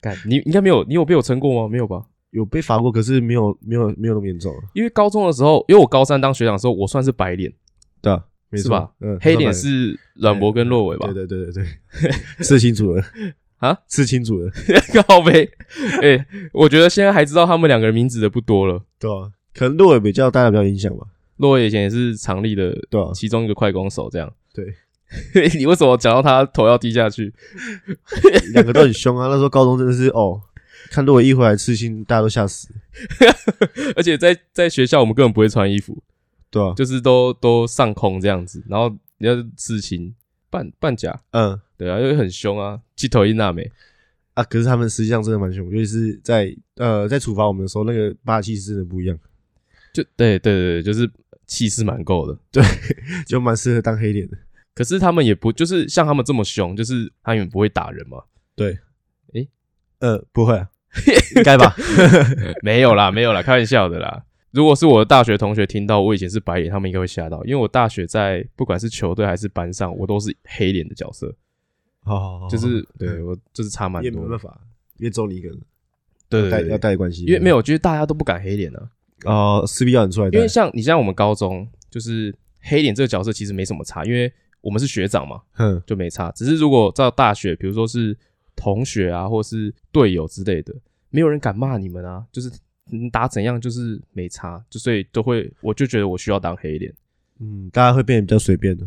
[SPEAKER 1] 干你应该没有，你有被我撑过吗？没有吧？
[SPEAKER 2] 有被罚过，可是没有没有没有那么严重啊。
[SPEAKER 1] 因为高中的时候，因为我高三当学长的时候，我算是白脸，
[SPEAKER 2] 对啊，没
[SPEAKER 1] 是
[SPEAKER 2] 错
[SPEAKER 1] 吧？
[SPEAKER 2] 嗯，
[SPEAKER 1] 黑脸
[SPEAKER 2] 他算
[SPEAKER 1] 是阮博跟洛伟吧
[SPEAKER 2] 白？对对对对对， 是清楚了
[SPEAKER 1] 啊，
[SPEAKER 2] 是清楚了。
[SPEAKER 1] 靠背，哎、我觉得现在还知道他们两个人名字的不多了。
[SPEAKER 2] 对啊，可能洛伟比较大家比较影响吧。
[SPEAKER 1] 洛伟以前也是常立的
[SPEAKER 2] 对啊，
[SPEAKER 1] 其中一个快攻手，这样。
[SPEAKER 2] 对，
[SPEAKER 1] 你为什么讲到他头要低下去？
[SPEAKER 2] 两个都很凶啊。 那时候高中真的是哦，看洛伟一回来刺青，大家都吓死。
[SPEAKER 1] 而且在在学校，我们根本不会穿衣服，
[SPEAKER 2] 对啊，
[SPEAKER 1] 就是都都上空这样子，然后你要刺青半半甲，
[SPEAKER 2] 嗯
[SPEAKER 1] 对啊，因为很凶啊，气头一娜美，
[SPEAKER 2] 啊，可是他们实际上真的蛮凶，尤其是在呃在处罚我们的时候，那个霸气是真的不一样，
[SPEAKER 1] 就对对对，对就是气势蛮够的。
[SPEAKER 2] 就蛮适合当黑脸的。
[SPEAKER 1] 可是他们也不就是像他们这么凶，就是他们不会打人嘛，
[SPEAKER 2] 呃，不会啊，应该吧？
[SPEAKER 1] 没有啦，没有啦，开玩笑的啦。如果是我的大学同学听到我以前是白脸，他们应该会吓到，因为我大学在不管是球队还是班上，我都是黑脸的角色，
[SPEAKER 2] 哦，
[SPEAKER 1] 就是对我就是差蛮
[SPEAKER 2] 也没
[SPEAKER 1] 多
[SPEAKER 2] 办
[SPEAKER 1] 的。
[SPEAKER 2] 法，因为只有你一个人，
[SPEAKER 1] 对
[SPEAKER 2] 带
[SPEAKER 1] 对
[SPEAKER 2] 要
[SPEAKER 1] 对，
[SPEAKER 2] 带关系，
[SPEAKER 1] 因为没有，就是大家都不敢黑脸啊，
[SPEAKER 2] 哦，势必要你出来带
[SPEAKER 1] 因为像你像我们高中，就是黑脸这个角色其实没什么差，因为我们是学长嘛，
[SPEAKER 2] 哼，
[SPEAKER 1] 就没差。只是如果到大学，比如说是同学啊，或是队友之类的，没有人敢骂你们啊，就是你打怎样就是没差，就所以都会，我就觉得我需要当黑脸。
[SPEAKER 2] 嗯，大家会变得比较随便的，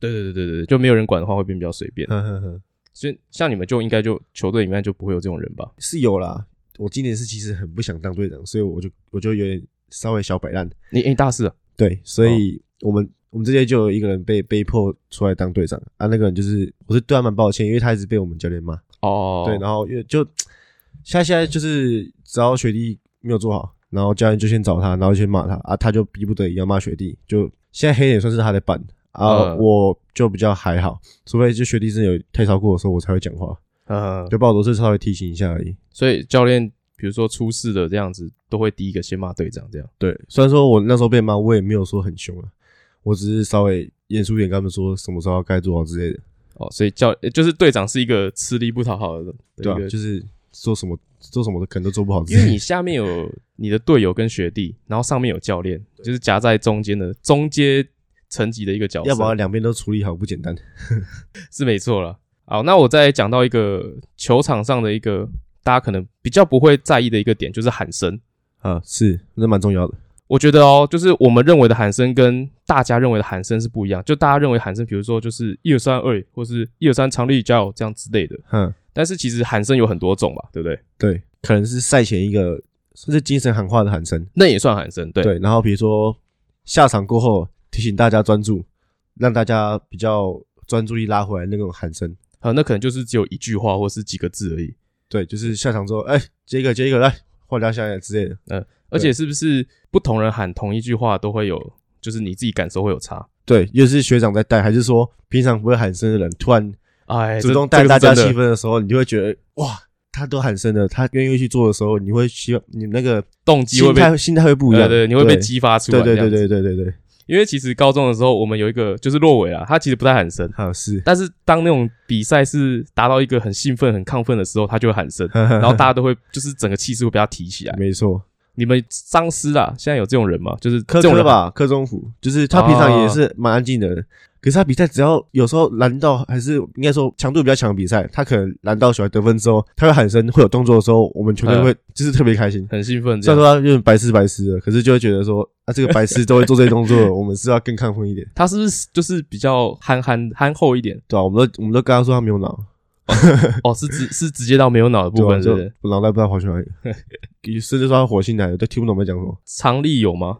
[SPEAKER 1] 对对对对对，就没有人管的话会变比较随 便。
[SPEAKER 2] 哼哼哼，
[SPEAKER 1] 所以像你们就应该就球队里面就不会有这种人吧？
[SPEAKER 2] 是有啦。我今年是其实很不想当队长，所以我就我就有点稍微小摆烂，
[SPEAKER 1] 你你大四、啊，
[SPEAKER 2] 对，所以我们、我们这届就有一个人被被迫出来当队长啊，那个人就是我是对他蛮抱歉，因为他一直被我们教练骂，
[SPEAKER 1] 哦，
[SPEAKER 2] 对，然后因为就现在现在就是只要学弟没有做好，然后教练就先找他，然后先骂他啊，他就逼不得已要骂学弟，就现在黑脸算是他在办啊，
[SPEAKER 1] 嗯
[SPEAKER 2] 我就比较还好，除非就学弟真的有太超过的时候，我才会讲话，
[SPEAKER 1] 嗯，
[SPEAKER 2] 对，不好多次稍微提醒一下而已。
[SPEAKER 1] 所以教练比如说出事的这样子，都会第一个先骂队长这样。
[SPEAKER 2] 对，虽然说我那时候被骂，我也没有说很凶啊，我只是稍微严肃一点跟他们说什么时候该做好之类的。
[SPEAKER 1] 哦，所以教就是队长是一个吃力不讨好的的
[SPEAKER 2] 对
[SPEAKER 1] 一
[SPEAKER 2] 啊，
[SPEAKER 1] 个
[SPEAKER 2] 就是做什么做什么的可能都做不好自
[SPEAKER 1] 因为
[SPEAKER 2] 己。
[SPEAKER 1] 你下面有你的队友跟学弟，然后上面有教练，就是夹在中间的中阶层级的一个角色，
[SPEAKER 2] 要把两边都处理好不 简单。
[SPEAKER 1] 是没错了。好，那我再讲到一个球场上的一个大家可能比较不会在意的一个点，就是喊声。
[SPEAKER 2] 啊，是，那蛮重要的。
[SPEAKER 1] 我觉得哦，就是我们认为的喊声跟大家认为的喊声是不一样。就大家认为喊声，比如说就是一二三二，或是一二三长力加油这样之类的。
[SPEAKER 2] 嗯，
[SPEAKER 1] 但是其实喊声有很多种吧，对不对？
[SPEAKER 2] 对，可能是赛前一个算是精神喊话的喊声。
[SPEAKER 1] 那也算喊声，对。
[SPEAKER 2] 对，然后比如说下场过后提醒大家专注，让大家比较专注力拉回来那种喊声。
[SPEAKER 1] 啊、那可能就是只有一句话或是几个字而已。
[SPEAKER 2] 对，就是下场之后，哎、接一个接一个，来换掉下来之类的。
[SPEAKER 1] 而且是不是不同人喊同一句话都会有，就是你自己感受会有差？
[SPEAKER 2] 对，又是学长在带，还是说平常不会喊声的人，突然
[SPEAKER 1] 哎，
[SPEAKER 2] 主
[SPEAKER 1] 这
[SPEAKER 2] 动带大家
[SPEAKER 1] 这个
[SPEAKER 2] 气，
[SPEAKER 1] 是真
[SPEAKER 2] 氛的时候，你就会觉得哇，他都喊声了，他愿意去做的时候，你会希望你那个
[SPEAKER 1] 动机会
[SPEAKER 2] 心
[SPEAKER 1] 被
[SPEAKER 2] 态心态会不一
[SPEAKER 1] 对
[SPEAKER 2] 样，
[SPEAKER 1] 对，你会被激发出来。
[SPEAKER 2] 对对对
[SPEAKER 1] 这样子
[SPEAKER 2] 对对对对，
[SPEAKER 1] 因为其实高中的时候，我们有一个就是落尾啊啦，他其实不太喊声，
[SPEAKER 2] 好是，，
[SPEAKER 1] 但是当那种比赛是达到一个很兴奋、很亢奋的时候，他就会喊声
[SPEAKER 2] 然
[SPEAKER 1] 然后大家都会就是整个气势会被他提起来。
[SPEAKER 2] 没错，
[SPEAKER 1] 你们丧尸啊，现在有这种人吗？就是
[SPEAKER 2] 科
[SPEAKER 1] 这种
[SPEAKER 2] 科
[SPEAKER 1] 人，
[SPEAKER 2] 吧，柯中虎，就是他平常也是蛮安静的人，可是他比赛只要有时候拦到还是应该说强度比较强的比赛，他可能拦到小孩得分之后，他会喊声会有动作的时候，我们球队
[SPEAKER 1] 嗯
[SPEAKER 2] 会就是特别开心。
[SPEAKER 1] 很兴奋这样
[SPEAKER 2] 虽然。说他有点白痴白痴的，可是就会觉得说啊，这个白痴都会做这些动作，我们是要更亢奋一点，
[SPEAKER 1] 他是不是就是比较憨憨憨厚一点？
[SPEAKER 2] 对吧、啊我们都我们都跟他说他没有脑，
[SPEAKER 1] 哦，是直是直接到没有脑的
[SPEAKER 2] 对
[SPEAKER 1] 部
[SPEAKER 2] 吧、
[SPEAKER 1] 分，
[SPEAKER 2] 就是
[SPEAKER 1] 不是？
[SPEAKER 2] 我脑袋不知道跑去哪里，甚至说他火星来的都听不懂我们在讲什么。
[SPEAKER 1] 常例有吗？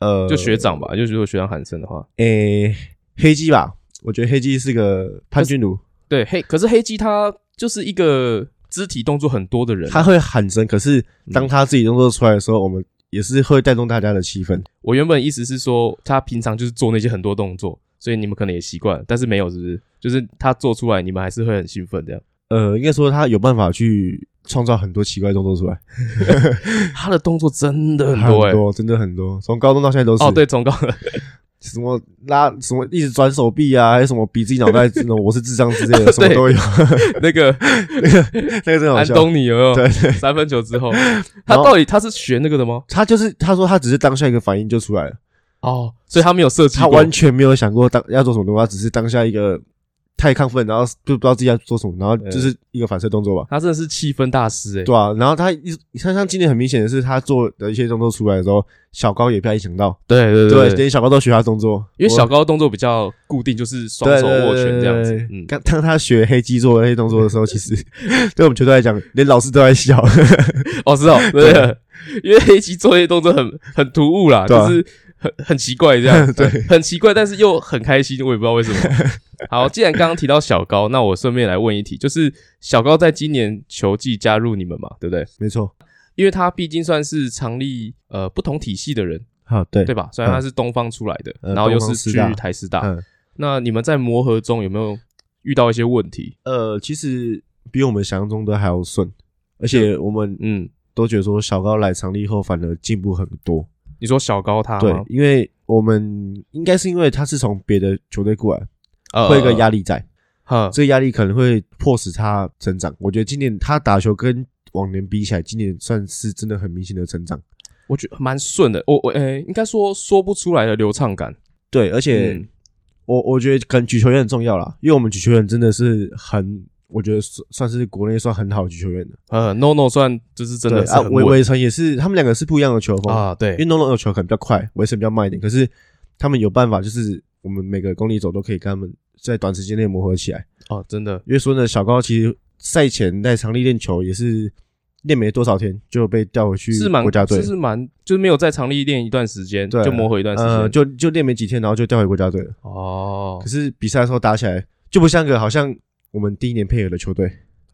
[SPEAKER 2] 呃，
[SPEAKER 1] 就学长吧，就如果学长喊声的话，
[SPEAKER 2] 诶、黑鸡吧，我觉得黑鸡是个叛军奴，
[SPEAKER 1] 对黑，可是黑鸡他就是一个肢体动作很多的人啊。
[SPEAKER 2] 他会喊声，可是当他自己动作出来的时候，我们也是会带动大家的气氛。
[SPEAKER 1] 我原本意思是说，他平常就是做那些很多动作，所以你们可能也习惯了，但是没有，是不是？就是他做出来，你们还是会很兴奋这样。
[SPEAKER 2] 呃，应该说他有办法去创造很多奇怪的动作出来，
[SPEAKER 1] 他的动作真的很多哎、
[SPEAKER 2] 很多欸真的很多，从高中到现在都是。
[SPEAKER 1] 哦，，对，从高
[SPEAKER 2] 什么拉什么一直转手臂啊，还有什么比自己脑袋那种 我是智障之类的，什么都有。
[SPEAKER 1] 那个
[SPEAKER 2] 那个真的好
[SPEAKER 1] 安
[SPEAKER 2] 笑。
[SPEAKER 1] 东尼有没有
[SPEAKER 2] 对对，
[SPEAKER 1] 三分球之 后，他
[SPEAKER 2] 然后
[SPEAKER 1] 到底他是学那个的吗？
[SPEAKER 2] 他就是他说他只是当下一个反应就出来了，
[SPEAKER 1] 哦，所以他没有设计
[SPEAKER 2] 他
[SPEAKER 1] 过，
[SPEAKER 2] 完全没有想过当要做什么动作，他只是当下一个太亢奋，然后就不知道自己要做什么，然后就是一个反射动作吧。
[SPEAKER 1] 他真的是气氛大师哎、
[SPEAKER 2] 对啊，然后他一像像今年很明显的是，他做的一些动作出来的时候，小高也被他影响到，
[SPEAKER 1] 对对
[SPEAKER 2] 对，连小高都学他动作，
[SPEAKER 1] 因为小
[SPEAKER 2] 我
[SPEAKER 1] 高动作比较固定，就是双手握拳这样子
[SPEAKER 2] 对对对。
[SPEAKER 1] 嗯，
[SPEAKER 2] 刚当他学黑鸡做那些动作的时候，其实 对我们球队来讲，连老师都在笑。
[SPEAKER 1] 哦，是哦，对，因为黑棋做些动作很很突兀啦，
[SPEAKER 2] 对
[SPEAKER 1] 就
[SPEAKER 2] 啊
[SPEAKER 1] 是很很奇怪这 样，对，很奇怪，但是又很开心，我也不知道为什么。好，既然刚刚提到小高，那我顺便来问一题，就是小高在今年球季加入你们嘛，对不对？
[SPEAKER 2] 没错，
[SPEAKER 1] 因为他毕竟算是常立呃不同体系的人，
[SPEAKER 2] 好，对
[SPEAKER 1] 对吧？虽然他是东方出来的，
[SPEAKER 2] 呃
[SPEAKER 1] 然后又
[SPEAKER 2] 嗯东
[SPEAKER 1] 是
[SPEAKER 2] 方师
[SPEAKER 1] 去
[SPEAKER 2] 大
[SPEAKER 1] 台师大，
[SPEAKER 2] 嗯，
[SPEAKER 1] 那你们在磨合中有没有遇到一些问题？
[SPEAKER 2] 呃，其实比我们想象中的还要顺，而且我们
[SPEAKER 1] 嗯，
[SPEAKER 2] 都觉得说小高来长立后反而进步很多。
[SPEAKER 1] 你说小高他吗
[SPEAKER 2] 对，因为我们应该是因为他是从别的球队过来，
[SPEAKER 1] 呃
[SPEAKER 2] 会有一个压力在，
[SPEAKER 1] 哈
[SPEAKER 2] 这个压力可能会迫使他成长。我觉得今年他打球跟往年比起来，今年算是真的很明显的成长。
[SPEAKER 1] 我觉得蛮顺的，我我呃，应该说说不出来的流畅感。
[SPEAKER 2] 对，而且、
[SPEAKER 1] 嗯
[SPEAKER 2] 我我觉得可能举球员很重要啦，因为我们举球员真的是很，我觉得算算是国内算很好的举球员的。
[SPEAKER 1] 呃，no no 算就是真的
[SPEAKER 2] 对
[SPEAKER 1] 是
[SPEAKER 2] 啊，
[SPEAKER 1] 很
[SPEAKER 2] 韦
[SPEAKER 1] 稳
[SPEAKER 2] 韦晨也是，他们两个是不一样的球风，
[SPEAKER 1] 啊，对
[SPEAKER 2] 因为，诺诺的球可能比较快，韦晨比较慢一点，可是他们有办法，就是我们每个公里走都可以跟他们在短时间内磨合起来。
[SPEAKER 1] 哦，真的，
[SPEAKER 2] 因为说呢，小高其实赛前在场地练球也是练没多少天就被调回去
[SPEAKER 1] 是蛮
[SPEAKER 2] 国家队
[SPEAKER 1] 就
[SPEAKER 2] 了，
[SPEAKER 1] 是蛮就是没有在常力练一段时间，
[SPEAKER 2] 对
[SPEAKER 1] 就磨合一段时
[SPEAKER 2] 呃，
[SPEAKER 1] 间。
[SPEAKER 2] 就就练没几天，然后就调回国家队了。
[SPEAKER 1] 哦
[SPEAKER 2] 可，是比赛的时候打起来就不像个好像我们第一年配合的球队，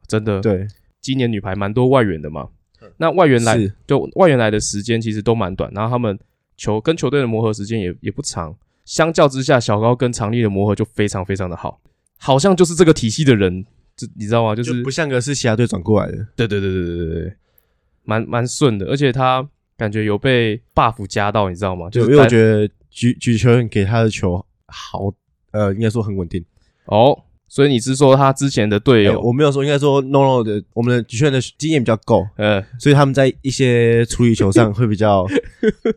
[SPEAKER 1] 真的，，
[SPEAKER 2] 对，嗯
[SPEAKER 1] 今年女排蛮多外援的嘛，那外援来
[SPEAKER 2] 是
[SPEAKER 1] 就外援来的时间其实都蛮短，然后他们球跟球队的磨合时间也也不长。相较之下，小高跟常力的磨合就非常非常的好，好像就是这个体系的人，这你知道吗？就是
[SPEAKER 2] 就不像个是其他队转过来的。
[SPEAKER 1] 对对对对对对对，蛮蛮顺的，而且他感觉有被 buff 加到，你知道吗？
[SPEAKER 2] 就
[SPEAKER 1] 就是
[SPEAKER 2] 因为我
[SPEAKER 1] 在
[SPEAKER 2] 觉得举举球员给他的球好，呃，应该说很稳定。
[SPEAKER 1] 哦，所以你是说他之前的队
[SPEAKER 2] 哎
[SPEAKER 1] 友，
[SPEAKER 2] 我没有说，应该说 NONO 的我们的举球员的经验比较够，
[SPEAKER 1] 呃，
[SPEAKER 2] 所以他们在一些处理球上会 比较，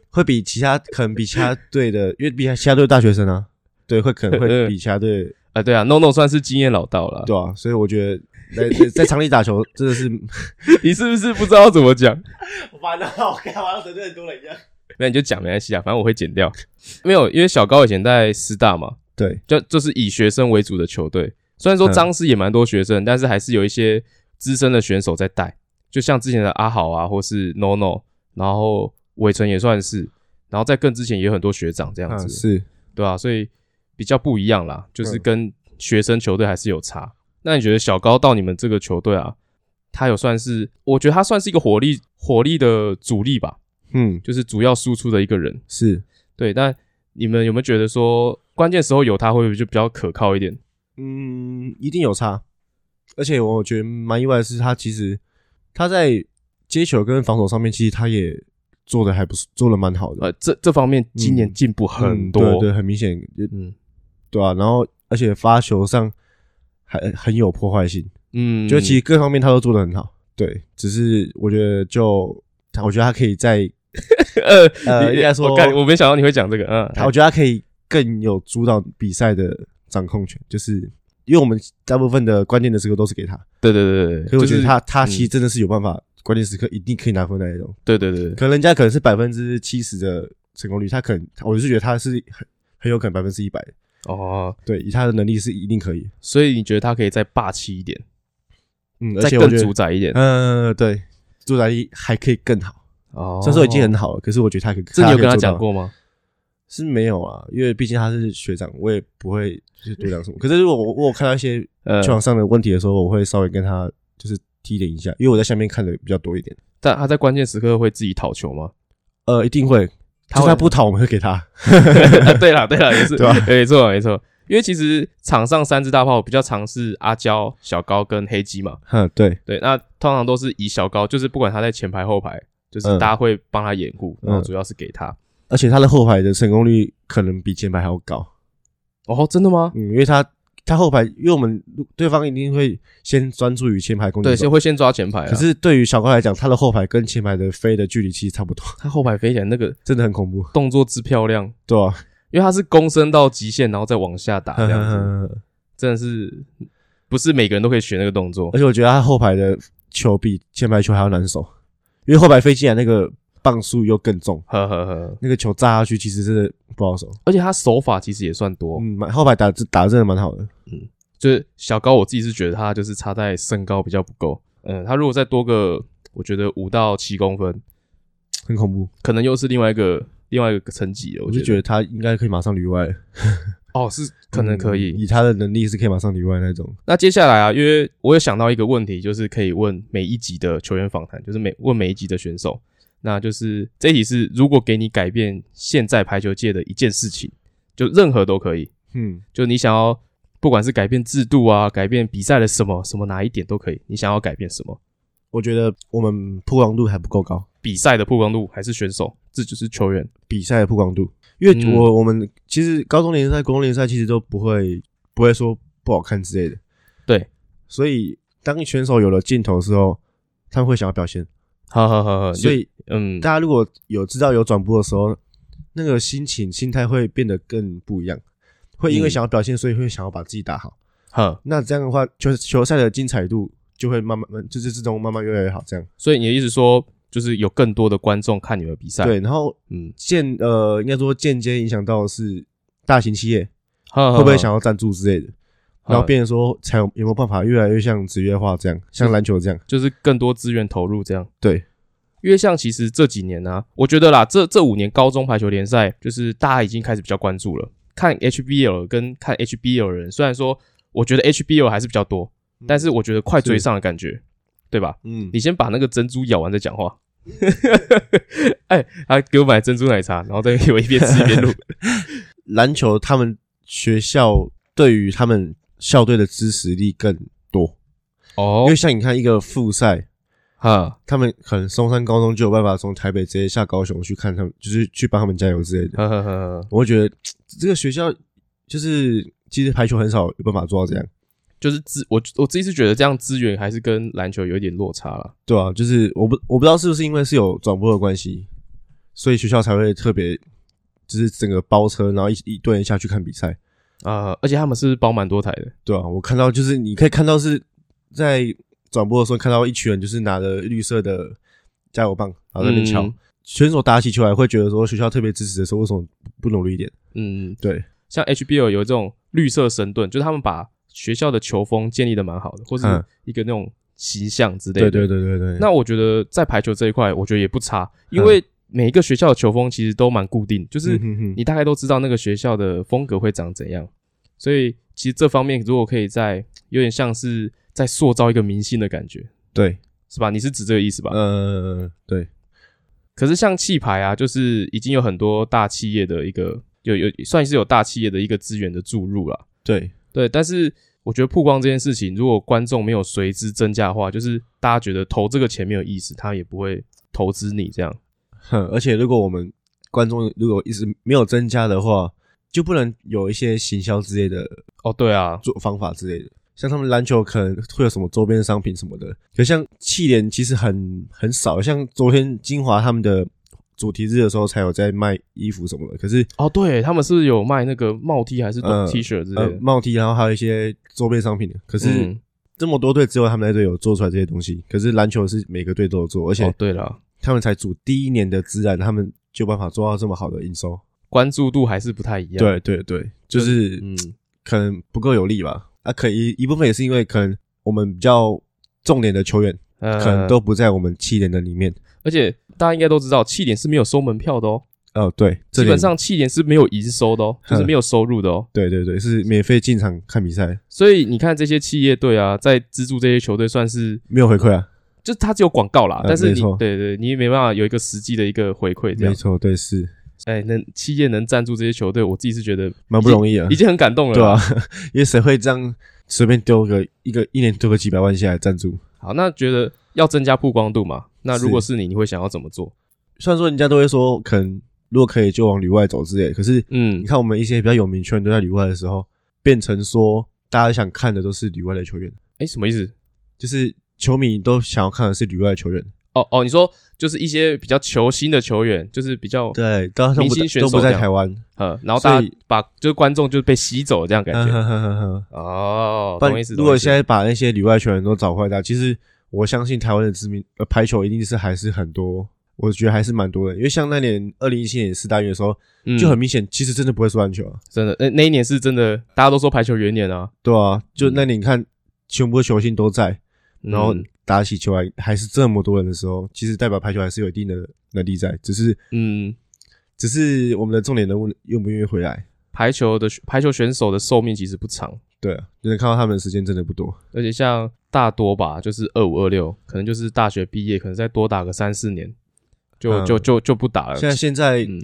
[SPEAKER 2] 会比其他可能比其他队的，因为比其他队的大学生啊，对，会可 能会比其他队，
[SPEAKER 1] 啊，对啊，No No 算是经验老道了，
[SPEAKER 2] 对啊，所以我觉得在在在场里打球真的是
[SPEAKER 1] 你是不是不知道怎么讲？
[SPEAKER 2] 完了，我干嘛要得罪很多人一样？
[SPEAKER 1] 那你就讲没关系啊，反正我会剪掉。没有，因为小高以前在师大嘛，
[SPEAKER 2] 对，
[SPEAKER 1] 就就是以学生为主的球队，虽然说
[SPEAKER 2] 嗯
[SPEAKER 1] 张师也蛮多学生，但是还是有一些资深的选手在带，就像之前的阿豪啊，或是 No No，然后伟成也算是，然后在更之前也有很多学长这样
[SPEAKER 2] 嗯，
[SPEAKER 1] 子，
[SPEAKER 2] 是
[SPEAKER 1] 对啊，所以比较不一样啦，就是
[SPEAKER 2] 嗯
[SPEAKER 1] 跟学生球队还是有差。那你觉得小高到你们这个球队啊，他有算是？我觉得他算是一个火力火力的主力吧，
[SPEAKER 2] 嗯，
[SPEAKER 1] 就是主要输出的一个人。
[SPEAKER 2] 是，
[SPEAKER 1] 对，但你们有没有觉得说，关键时候有他会不会就比较可靠一点？
[SPEAKER 2] 嗯，一定有差。而且我觉得蛮意外的是，他其实他在接球跟防守上面，其实他也做的还不是做的蛮好的，
[SPEAKER 1] 呃，这这方面今年
[SPEAKER 2] 嗯
[SPEAKER 1] 进步很
[SPEAKER 2] 嗯
[SPEAKER 1] 多，
[SPEAKER 2] 对对，很明显，
[SPEAKER 1] 嗯
[SPEAKER 2] 对啊，然后而且发球上还很有破坏性，
[SPEAKER 1] 嗯，
[SPEAKER 2] 就其实各方面他都做的很好，对，只是我觉得就他，我觉得他可以在
[SPEAKER 1] 呃
[SPEAKER 2] 呃
[SPEAKER 1] 你
[SPEAKER 2] 应该说
[SPEAKER 1] 我干我没想到你会讲这个，嗯，
[SPEAKER 2] 他，我觉得他可以更有主导比赛的掌控权，就是。因为我们大部分的关键的时刻都是给他，
[SPEAKER 1] 对对对对，
[SPEAKER 2] 可是我觉
[SPEAKER 1] 就
[SPEAKER 2] 得
[SPEAKER 1] 是嗯
[SPEAKER 2] 他、他其实真的是有办法，关键时刻一定可以拿分的那一种。
[SPEAKER 1] 对对对，对
[SPEAKER 2] 可能人家可能是百分之七十的成功率，他可能我是觉得他是很很有可能百分之一百，
[SPEAKER 1] 哦，
[SPEAKER 2] 对，以他的能力是一定可以。
[SPEAKER 1] 所以你觉得他可以再霸气一点，
[SPEAKER 2] 嗯，而
[SPEAKER 1] 再
[SPEAKER 2] 且我
[SPEAKER 1] 更
[SPEAKER 2] 觉
[SPEAKER 1] 主
[SPEAKER 2] 得，
[SPEAKER 1] 宰一点，
[SPEAKER 2] 嗯、对，朱达力还可以更好。
[SPEAKER 1] 哦，
[SPEAKER 2] 虽然说已经很好了，可是我觉得他可以。
[SPEAKER 1] 这你有跟
[SPEAKER 2] 可
[SPEAKER 1] 他
[SPEAKER 2] 以做到
[SPEAKER 1] 讲？过吗？
[SPEAKER 2] 是没有啊，因为毕竟他是学长，我也不会就是多讲什么。可是如果我我有看到一些
[SPEAKER 1] 呃
[SPEAKER 2] 球，场上的问题的时候，我会稍微跟他就是提点一下，因为我在下面看的比较多一点。
[SPEAKER 1] 但他在关键时刻会自己讨球 吗？
[SPEAKER 2] 呃，一定会，
[SPEAKER 1] 他
[SPEAKER 2] 就是
[SPEAKER 1] 会
[SPEAKER 2] 他不讨，我们会给他。
[SPEAKER 1] 对啦对啦，也是，
[SPEAKER 2] 对吧啊
[SPEAKER 1] 没错没错，因为其实场上三支大炮比较常是阿娇、小高跟黑鸡嘛，
[SPEAKER 2] 哼，对，
[SPEAKER 1] 对，那通常都是以小高，就是不管他在前排后排，就是
[SPEAKER 2] 嗯
[SPEAKER 1] 大家会帮他掩护，然后
[SPEAKER 2] 嗯
[SPEAKER 1] 主要是给他。
[SPEAKER 2] 而且他的后排的成功率可能比前排还要高。
[SPEAKER 1] 哦，真的吗？
[SPEAKER 2] 嗯，因为他他后排，因为我们对方一定会先专注于前排攻击
[SPEAKER 1] 对，
[SPEAKER 2] 手
[SPEAKER 1] 先，会先抓前排啊，
[SPEAKER 2] 可是对于小高来讲，他的后排跟前排的飞的距离其实差不多，
[SPEAKER 1] 他后排飞起来那个
[SPEAKER 2] 真的很恐怖，
[SPEAKER 1] 动作之漂亮，
[SPEAKER 2] 对啊吧、
[SPEAKER 1] 因为他是躬身到极限，然后再往下打啊这样子，真的是不是每个人都可以学那个动作
[SPEAKER 2] 而。且我觉得他后排的球比前排球还要难守，因为后排飞进来那个磅数又更重，
[SPEAKER 1] 呵呵呵，
[SPEAKER 2] 那个球炸下去其实真的不好守。
[SPEAKER 1] 而且他手法其实也算多，
[SPEAKER 2] 嗯，蛮后排打打得真的蛮好的，
[SPEAKER 1] 就是小高我自己是觉得他就是差在身高比较不够，嗯，他如果再多个，我觉得五到七公分，
[SPEAKER 2] 很恐怖。
[SPEAKER 1] 可能又是另外一个另外一个层级了。
[SPEAKER 2] 我
[SPEAKER 1] 我
[SPEAKER 2] 就觉
[SPEAKER 1] 得
[SPEAKER 2] 得他应该可以马上里外了，
[SPEAKER 1] 哦，是可能可以
[SPEAKER 2] 嗯。以他的能力是可以马上里外那种。
[SPEAKER 1] 那接下来啊，因为我有想到一个问题，就是可以问每一集的球员访谈，就是每问每一集的选手，那就是这一题是如果给你改变现在排球界的一件事情，就任何都可以，
[SPEAKER 2] 嗯，
[SPEAKER 1] 就你想要不管是改变制度啊，改变比赛的什么什么哪一点都可以，你想要改变什么？
[SPEAKER 2] 我觉得我们曝光度还不够高。
[SPEAKER 1] 比赛的曝光度还是选手，这就是球员。
[SPEAKER 2] 比赛的曝光度，因为
[SPEAKER 1] 嗯
[SPEAKER 2] 我、我们其实高中联赛、国中联赛其实都不会不会说不好看之类的。
[SPEAKER 1] 对，
[SPEAKER 2] 所以当选手有了镜头之后，他们会想要表现。
[SPEAKER 1] 好好好好，
[SPEAKER 2] 所以
[SPEAKER 1] 嗯，
[SPEAKER 2] 大家如果有知道有转播的时候，那个心情、心态会变得更不一样，会因为
[SPEAKER 1] 嗯
[SPEAKER 2] 想要表现，所以会想要把自己打好。
[SPEAKER 1] 哈，
[SPEAKER 2] 那这样的话，球球赛的精彩度就会慢慢慢，就是这种慢慢越来越好。这样
[SPEAKER 1] 所以你的意思说，就是有更多的观众看你们比赛？，
[SPEAKER 2] 对，然后
[SPEAKER 1] 嗯，
[SPEAKER 2] 间呃，应该说间接影响到的是大型企业
[SPEAKER 1] 会
[SPEAKER 2] 会不会想要赞助之类
[SPEAKER 1] 嗯
[SPEAKER 2] 的。然后
[SPEAKER 1] 变
[SPEAKER 2] 变成说才有有没有办法越来越像职业化这样，像篮球这样。
[SPEAKER 1] 就是更多资源投入这样？
[SPEAKER 2] 对，
[SPEAKER 1] 因为像其实这几年啊，我觉得啦，这这五年高中排球联赛，就是大家已经开始比较关注了。看 HBL 跟看 HBL 的人，虽然说我觉得 HBL 还是比较多，但是我觉得快追上的感觉，对吧？
[SPEAKER 2] 嗯
[SPEAKER 1] 你，先把那个珍珠咬完再讲话。 哎，他给我买珍珠奶茶，然后再给我一边吃一边录。
[SPEAKER 2] 篮球他们学校对于他们校队的支持力更多，因
[SPEAKER 1] 哦
[SPEAKER 2] 为像你看一个复赛，
[SPEAKER 1] 哈，
[SPEAKER 2] 他们可能松山高中就有办法从台北直接下高雄去看他们，就是去帮他们加油之类的。
[SPEAKER 1] 呵呵呵，
[SPEAKER 2] 我会觉得这个学校就是其实排球很少有办法做到这样，
[SPEAKER 1] 就是资我我自己是觉得这样资源还是跟篮球有一点落差了。
[SPEAKER 2] 对啊，就是我不我不知道是不是因为是有转播的关系，所以学校才会特别就是整个包车，然后一一队人下去看比赛。
[SPEAKER 1] 啊、而且他们是不是包蛮多台的，
[SPEAKER 2] 对啊，我看到就是你可以看到是在转播的时候看到一群人就是拿着绿色的加油棒，然后在那边敲。
[SPEAKER 1] 嗯
[SPEAKER 2] 选手打起球来会觉得说学校特别支持的时候，为什么不努力一点？
[SPEAKER 1] 嗯，
[SPEAKER 2] 对，
[SPEAKER 1] 像 HBO 有这种绿色神盾，就是他们把学校的球风建立的蛮好的，或是
[SPEAKER 2] 嗯
[SPEAKER 1] 一个那种形象之类的。
[SPEAKER 2] 对对对对对。
[SPEAKER 1] 那我觉得在排球这一块，我觉得也不差，因为每一个学校的球风其实都蛮固定，就是
[SPEAKER 2] 嗯哼哼
[SPEAKER 1] 你大概都知道那个学校的风格会长怎样。所以其实这方面如果可以在有点像是在塑造一个明星的感觉，
[SPEAKER 2] 对，
[SPEAKER 1] 是吧？你是指这个意思吧？
[SPEAKER 2] 呃，对，
[SPEAKER 1] 可是像气牌啊，就是已经有很多大企业的一个有有算是有大企业的一个资源的注入啦。
[SPEAKER 2] 对，
[SPEAKER 1] 对，但是我觉得曝光这件事情，如果观众没有随之增加的话，就是大家觉得投这个钱没有意思，他也不会投资你这样。
[SPEAKER 2] 哼，而且如果我们观众如果一直没有增加的话，就不能有一些行销之类的
[SPEAKER 1] 哦，对啊，
[SPEAKER 2] 做方法之类的。像他们篮球可能会有什么周边商品什么的，可像气联其实很很少，像昨天金华他们的主题日的时候才有在卖衣服什么的，可是
[SPEAKER 1] 哦，对他们是不是有卖那个帽 T 还是
[SPEAKER 2] 嗯
[SPEAKER 1] T 恤之类
[SPEAKER 2] 呃
[SPEAKER 1] 的？
[SPEAKER 2] 帽 T，然后还有一些周边商品，可是
[SPEAKER 1] 嗯
[SPEAKER 2] 这么多队只有他们那队有做出来这些东西，可是篮球是每个队都有做，而
[SPEAKER 1] 哦
[SPEAKER 2] 且，
[SPEAKER 1] 对了，
[SPEAKER 2] 他们才组第一年的自然，他们就有办法做到这么好的营收。
[SPEAKER 1] 关注度还是不太一样。，
[SPEAKER 2] 对对对，就是
[SPEAKER 1] 嗯，
[SPEAKER 2] 可能不够有力吧。啊，可一一部分也是因为可能我们比较重点的球员
[SPEAKER 1] 呃
[SPEAKER 2] 可能都不在我们七连的里面。
[SPEAKER 1] 而且大家应该都知道，气点是没有收门票的哦，
[SPEAKER 2] 哦，对，
[SPEAKER 1] 基
[SPEAKER 2] 这点嗯
[SPEAKER 1] 本上气点是没有营收的哦，就是没有收入的哦。
[SPEAKER 2] 对对对，是免费进场看比赛，
[SPEAKER 1] 所以你看这些企业队啊，在资助这些球队，算是
[SPEAKER 2] 没有回馈啊。
[SPEAKER 1] 就是它只有广告啦，
[SPEAKER 2] 啊
[SPEAKER 1] 但是
[SPEAKER 2] 没
[SPEAKER 1] 你
[SPEAKER 2] 错
[SPEAKER 1] 对对，你也没办法有一个实际的一个回馈这
[SPEAKER 2] 没
[SPEAKER 1] 样。
[SPEAKER 2] 错，对，是
[SPEAKER 1] 哎，能企业能赞助这些球队，我自己是觉得
[SPEAKER 2] 蛮不容易啊
[SPEAKER 1] 已，经很感动了。
[SPEAKER 2] 对啊，，因为谁会这样随便丢个一个一年丢个几百万下来赞助？
[SPEAKER 1] 好，那觉得要增加曝光度嘛？那如
[SPEAKER 2] 是
[SPEAKER 1] 果是你，你会想要怎么做？
[SPEAKER 2] 虽然说人家都会说，可能如果可以就往里外走之类的，可是
[SPEAKER 1] 嗯
[SPEAKER 2] 你，看我们一些比较有名球员都在里外的时候，变成说大家想看的都是里外的球员。
[SPEAKER 1] 哎，什么意思？
[SPEAKER 2] 就是球迷都想要看的是旅外的球员，
[SPEAKER 1] 哦哦，你说就是一些比较球星的球员，就是比较
[SPEAKER 2] 对，都他们
[SPEAKER 1] 明
[SPEAKER 2] 不
[SPEAKER 1] 星
[SPEAKER 2] 在
[SPEAKER 1] 选手
[SPEAKER 2] 都不
[SPEAKER 1] 这
[SPEAKER 2] 在
[SPEAKER 1] 样
[SPEAKER 2] 台湾，
[SPEAKER 1] 呃，然后大家
[SPEAKER 2] 所以
[SPEAKER 1] 把就是观众就被吸走这样感觉。
[SPEAKER 2] 觉。
[SPEAKER 1] 哦，
[SPEAKER 2] 不
[SPEAKER 1] 懂
[SPEAKER 2] 然
[SPEAKER 1] 我意思。
[SPEAKER 2] 如
[SPEAKER 1] 懂我
[SPEAKER 2] 果
[SPEAKER 1] 意思
[SPEAKER 2] 现在把那些旅外球员都找回来，其实我相信台湾的知名呃排球一定是还是很多，我觉得还是蛮多的。因为像那年二零一七年四大运的时候，
[SPEAKER 1] 嗯
[SPEAKER 2] 就很明显，其实真的不会说篮球啊，
[SPEAKER 1] 真的，那哎那一年是真的，大家都说排球元年啊。
[SPEAKER 2] 对啊，就那年你看全部的球星都在，然后
[SPEAKER 1] 嗯
[SPEAKER 2] 打起球来还是这么多人的时候，其实代表排球还是有一定的能力在，只是
[SPEAKER 1] 嗯，
[SPEAKER 2] 只是我们的重点人物愿不愿意回来。
[SPEAKER 1] 排球的排球选手的寿命其实不长，
[SPEAKER 2] 对啊，就能看到他们的时间真的不多。
[SPEAKER 1] 而且像大多吧，就是二五二六，可能就是大学毕业，可能再多打个三四年，就、
[SPEAKER 2] 嗯
[SPEAKER 1] 就就就不打了。
[SPEAKER 2] 现在现在
[SPEAKER 1] 嗯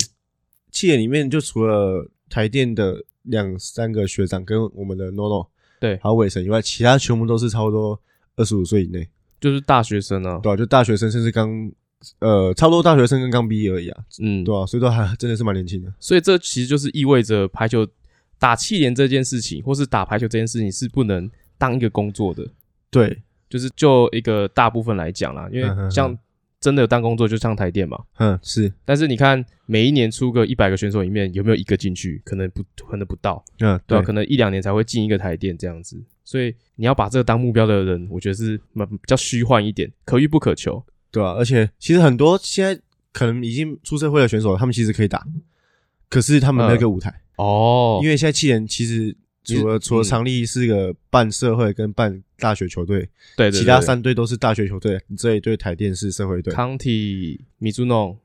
[SPEAKER 2] 企业里面就除了台电的两三个学长跟我们的 NONO
[SPEAKER 1] 对
[SPEAKER 2] 还有伟神以外，其他全部都是差不多二十五岁以内，
[SPEAKER 1] 就是大学生啊，
[SPEAKER 2] 对啊，就大学生甚至刚呃差不多大学生跟刚毕业而已啊，
[SPEAKER 1] 嗯，
[SPEAKER 2] 对啊，所以都还真的是蛮年轻的。
[SPEAKER 1] 所以这其实就是意味着排球打气联这件事情，或是打排球这件事情是不能当一个工作的，
[SPEAKER 2] 对，
[SPEAKER 1] 就是就一个大部分来讲啦，因
[SPEAKER 2] 嗯嗯
[SPEAKER 1] 为
[SPEAKER 2] 嗯
[SPEAKER 1] 像真的有当工作就像台电嘛，
[SPEAKER 2] 嗯，是，
[SPEAKER 1] 但是你看每一年出个一百个选手里面有没有一个进去，可能不可能不到，
[SPEAKER 2] 嗯，
[SPEAKER 1] 对吧、啊可能一两年才会进一个台电这样子，所以你要把这个当目标的人，我觉得是蛮比较虚幻一点，可遇不可求。
[SPEAKER 2] 对啊，而且其实很多现在可能已经出社会的选手，他们其实可以打，可是他们没有一个舞台，
[SPEAKER 1] 嗯哦
[SPEAKER 2] 因为现在气人其实
[SPEAKER 1] 你是
[SPEAKER 2] 除了除了
[SPEAKER 1] 嗯
[SPEAKER 2] 常立是个半社会跟半大学球队，
[SPEAKER 1] 对对对
[SPEAKER 2] 其他三队都是大学球队，这一队台电是社会队，
[SPEAKER 1] County、Mizuno，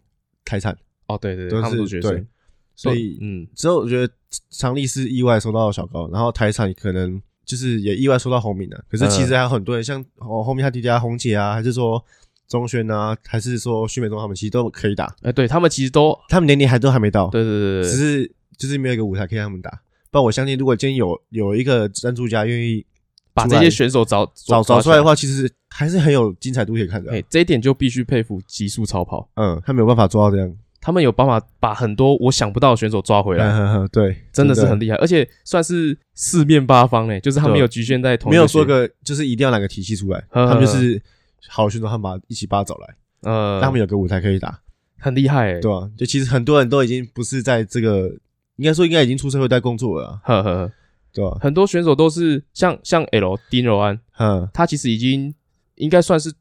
[SPEAKER 2] 台产，
[SPEAKER 1] 哦对对
[SPEAKER 2] 都
[SPEAKER 1] 对，
[SPEAKER 2] 是
[SPEAKER 1] 他们都学生
[SPEAKER 2] 对，所以
[SPEAKER 1] 嗯
[SPEAKER 2] 之后我觉得常立是意外收到小高，然后台产可能就是也意外收到红敏啊，可是其实还有很多
[SPEAKER 1] 嗯
[SPEAKER 2] 人，像哦后面他弟弟啊、红姐啊，还是说钟轩啊，还是说徐美忠他们，其实都可以打，
[SPEAKER 1] 哎、对他们其实都
[SPEAKER 2] 他们年龄还都还没到，
[SPEAKER 1] 对对对对
[SPEAKER 2] 只
[SPEAKER 1] 对，
[SPEAKER 2] 是就是没有一个舞台可以让他们打。不然我相信，如果今天有有一个赞助家愿意
[SPEAKER 1] 把
[SPEAKER 2] 出来
[SPEAKER 1] 这些选手找
[SPEAKER 2] 找找出来的
[SPEAKER 1] 话，
[SPEAKER 2] 话，其实还是很有精彩度可以看的
[SPEAKER 1] 哎、
[SPEAKER 2] 啊。
[SPEAKER 1] 这一点就必须佩服极速超跑，
[SPEAKER 2] 嗯，他没有办法做到这样。
[SPEAKER 1] 他们有办法把很多我想不到的选手抓回来。
[SPEAKER 2] 嗯， 对，
[SPEAKER 1] 啊真的是很厉害，而且算是四面八方诶、就是他没有局限在同一
[SPEAKER 2] 没
[SPEAKER 1] 个
[SPEAKER 2] 有说
[SPEAKER 1] 区
[SPEAKER 2] 个就是一定要哪个体系出来，
[SPEAKER 1] 呵呵
[SPEAKER 2] 他们就是好选手，他们把一起把他找来，
[SPEAKER 1] 呃，
[SPEAKER 2] 让他们有个舞台可以打，
[SPEAKER 1] 很厉害诶、欸
[SPEAKER 2] 对啊，就其实很多人都已经不是在这个，应该说应该已经出社会在工作了啊，
[SPEAKER 1] 呵呵呵，
[SPEAKER 2] 对吧？
[SPEAKER 1] 很多选手都是像像 L 丁柔安，
[SPEAKER 2] 嗯，
[SPEAKER 1] 他其实已经应该算是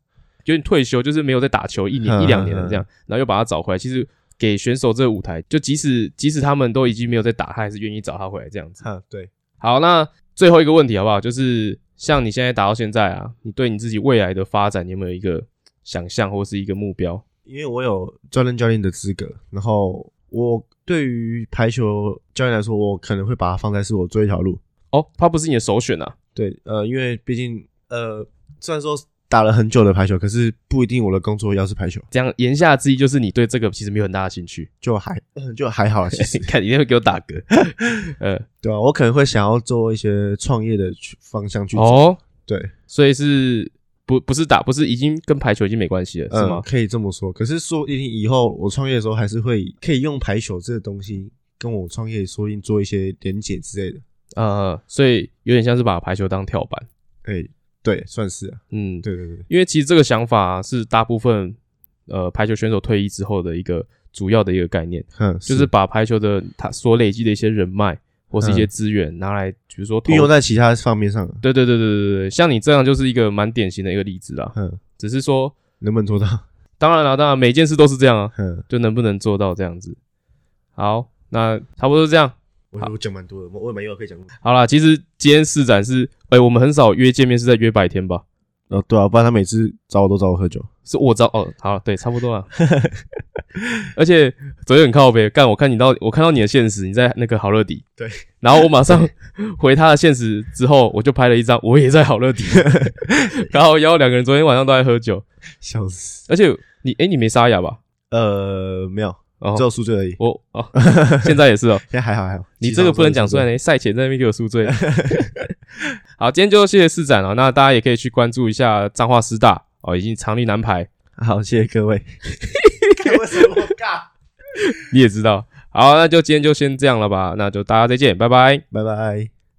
[SPEAKER 1] 有点退休，就是没有在打球一年、
[SPEAKER 2] 嗯
[SPEAKER 1] 一两年了这样，然后又把他找回来，其实。给选手这个舞台，就即使即使他们都已经没有在打，他还是愿意找他回来这样子。
[SPEAKER 2] 嗯，对，
[SPEAKER 1] 好，那最后一个问题好不好？就是像你现在打到现在啊，你对你自己未来的发展你有没有一个想象或是一个目标？
[SPEAKER 2] 因为我有专任教练的资格，然后我对于排球教练来说，我可能会把它放在是我最后一条路，
[SPEAKER 1] 哦，他不是你的首选啊，
[SPEAKER 2] 对，呃，因为毕竟呃，虽然说打了很久的排球，可是不一定我的工作要是排球，
[SPEAKER 1] 这样言下之意就是你对这个其实没有很大的兴趣。
[SPEAKER 2] 就还 就还好啦，其实
[SPEAKER 1] 你看，你一定会给我打嗝。 呃，
[SPEAKER 2] 对啊，我可能会想要做一些创业的去方向去走，
[SPEAKER 1] 哦，
[SPEAKER 2] 对，
[SPEAKER 1] 所以是不不是打，不是已经跟排球已经没关系了，是
[SPEAKER 2] 嗯
[SPEAKER 1] 吗，？
[SPEAKER 2] 可以这么说。可是说不定以后我创业的时候，还是会可以用排球这个东西跟我创业说不定做一些连结之类的。
[SPEAKER 1] 呃，所以有点像是把排球当跳板。
[SPEAKER 2] 哎、对，算是、啊，
[SPEAKER 1] 嗯，
[SPEAKER 2] 对对对，
[SPEAKER 1] 因为其实这个想法是大部分呃排球选手退役之后的一个主要的一个概念，
[SPEAKER 2] 嗯，
[SPEAKER 1] 就是把排球的他所累积的一些人脉或是一些资源拿来，比如说投
[SPEAKER 2] 运用在其他方面上啊，
[SPEAKER 1] 对对对对对对，像你这样就是一个蛮典型的一个例子啦。
[SPEAKER 2] 嗯，
[SPEAKER 1] 只是说，
[SPEAKER 2] 能不能做到？
[SPEAKER 1] 当然啦，当然每件事都是这样啊，
[SPEAKER 2] 嗯，
[SPEAKER 1] 就能不能做到这样子。好，那差不多是这样。
[SPEAKER 2] 我我讲蛮多的，我我也没有可以讲。
[SPEAKER 1] 好啦，其实今天试展是，哎、我们很少约见面是在约白天吧？
[SPEAKER 2] 哦，对啊，不然他每次找我都找我喝酒。
[SPEAKER 1] 是我找哦，好，对，差不多啦。而且昨天很靠北，干，我看你到我看到你的现实，你在那个好乐迪，
[SPEAKER 2] 对，
[SPEAKER 1] 然后我马上 回他的现实之后，我就拍了一张，我也在好乐迪，然后然后两个人昨天晚上都在喝酒，
[SPEAKER 2] 笑死。
[SPEAKER 1] 而且你哎、你没沙哑吧？
[SPEAKER 2] 呃，没有，
[SPEAKER 1] 哦
[SPEAKER 2] 只有宿醉而已。
[SPEAKER 1] 我哦，现在也是哦。
[SPEAKER 2] 现在还好还好。
[SPEAKER 1] 你这个不能讲出来
[SPEAKER 2] 其
[SPEAKER 1] 呢，赛前在那边给我宿 醉。 好，今天就谢谢市长了、哦那大家也可以去关注一下彰化师大哦，已经常立南排，
[SPEAKER 2] 他好，谢谢各位。 为什么 尬？
[SPEAKER 1] 你也知道。好，那就今天就先这样了吧，那就大家再见，拜拜。
[SPEAKER 2] 拜拜。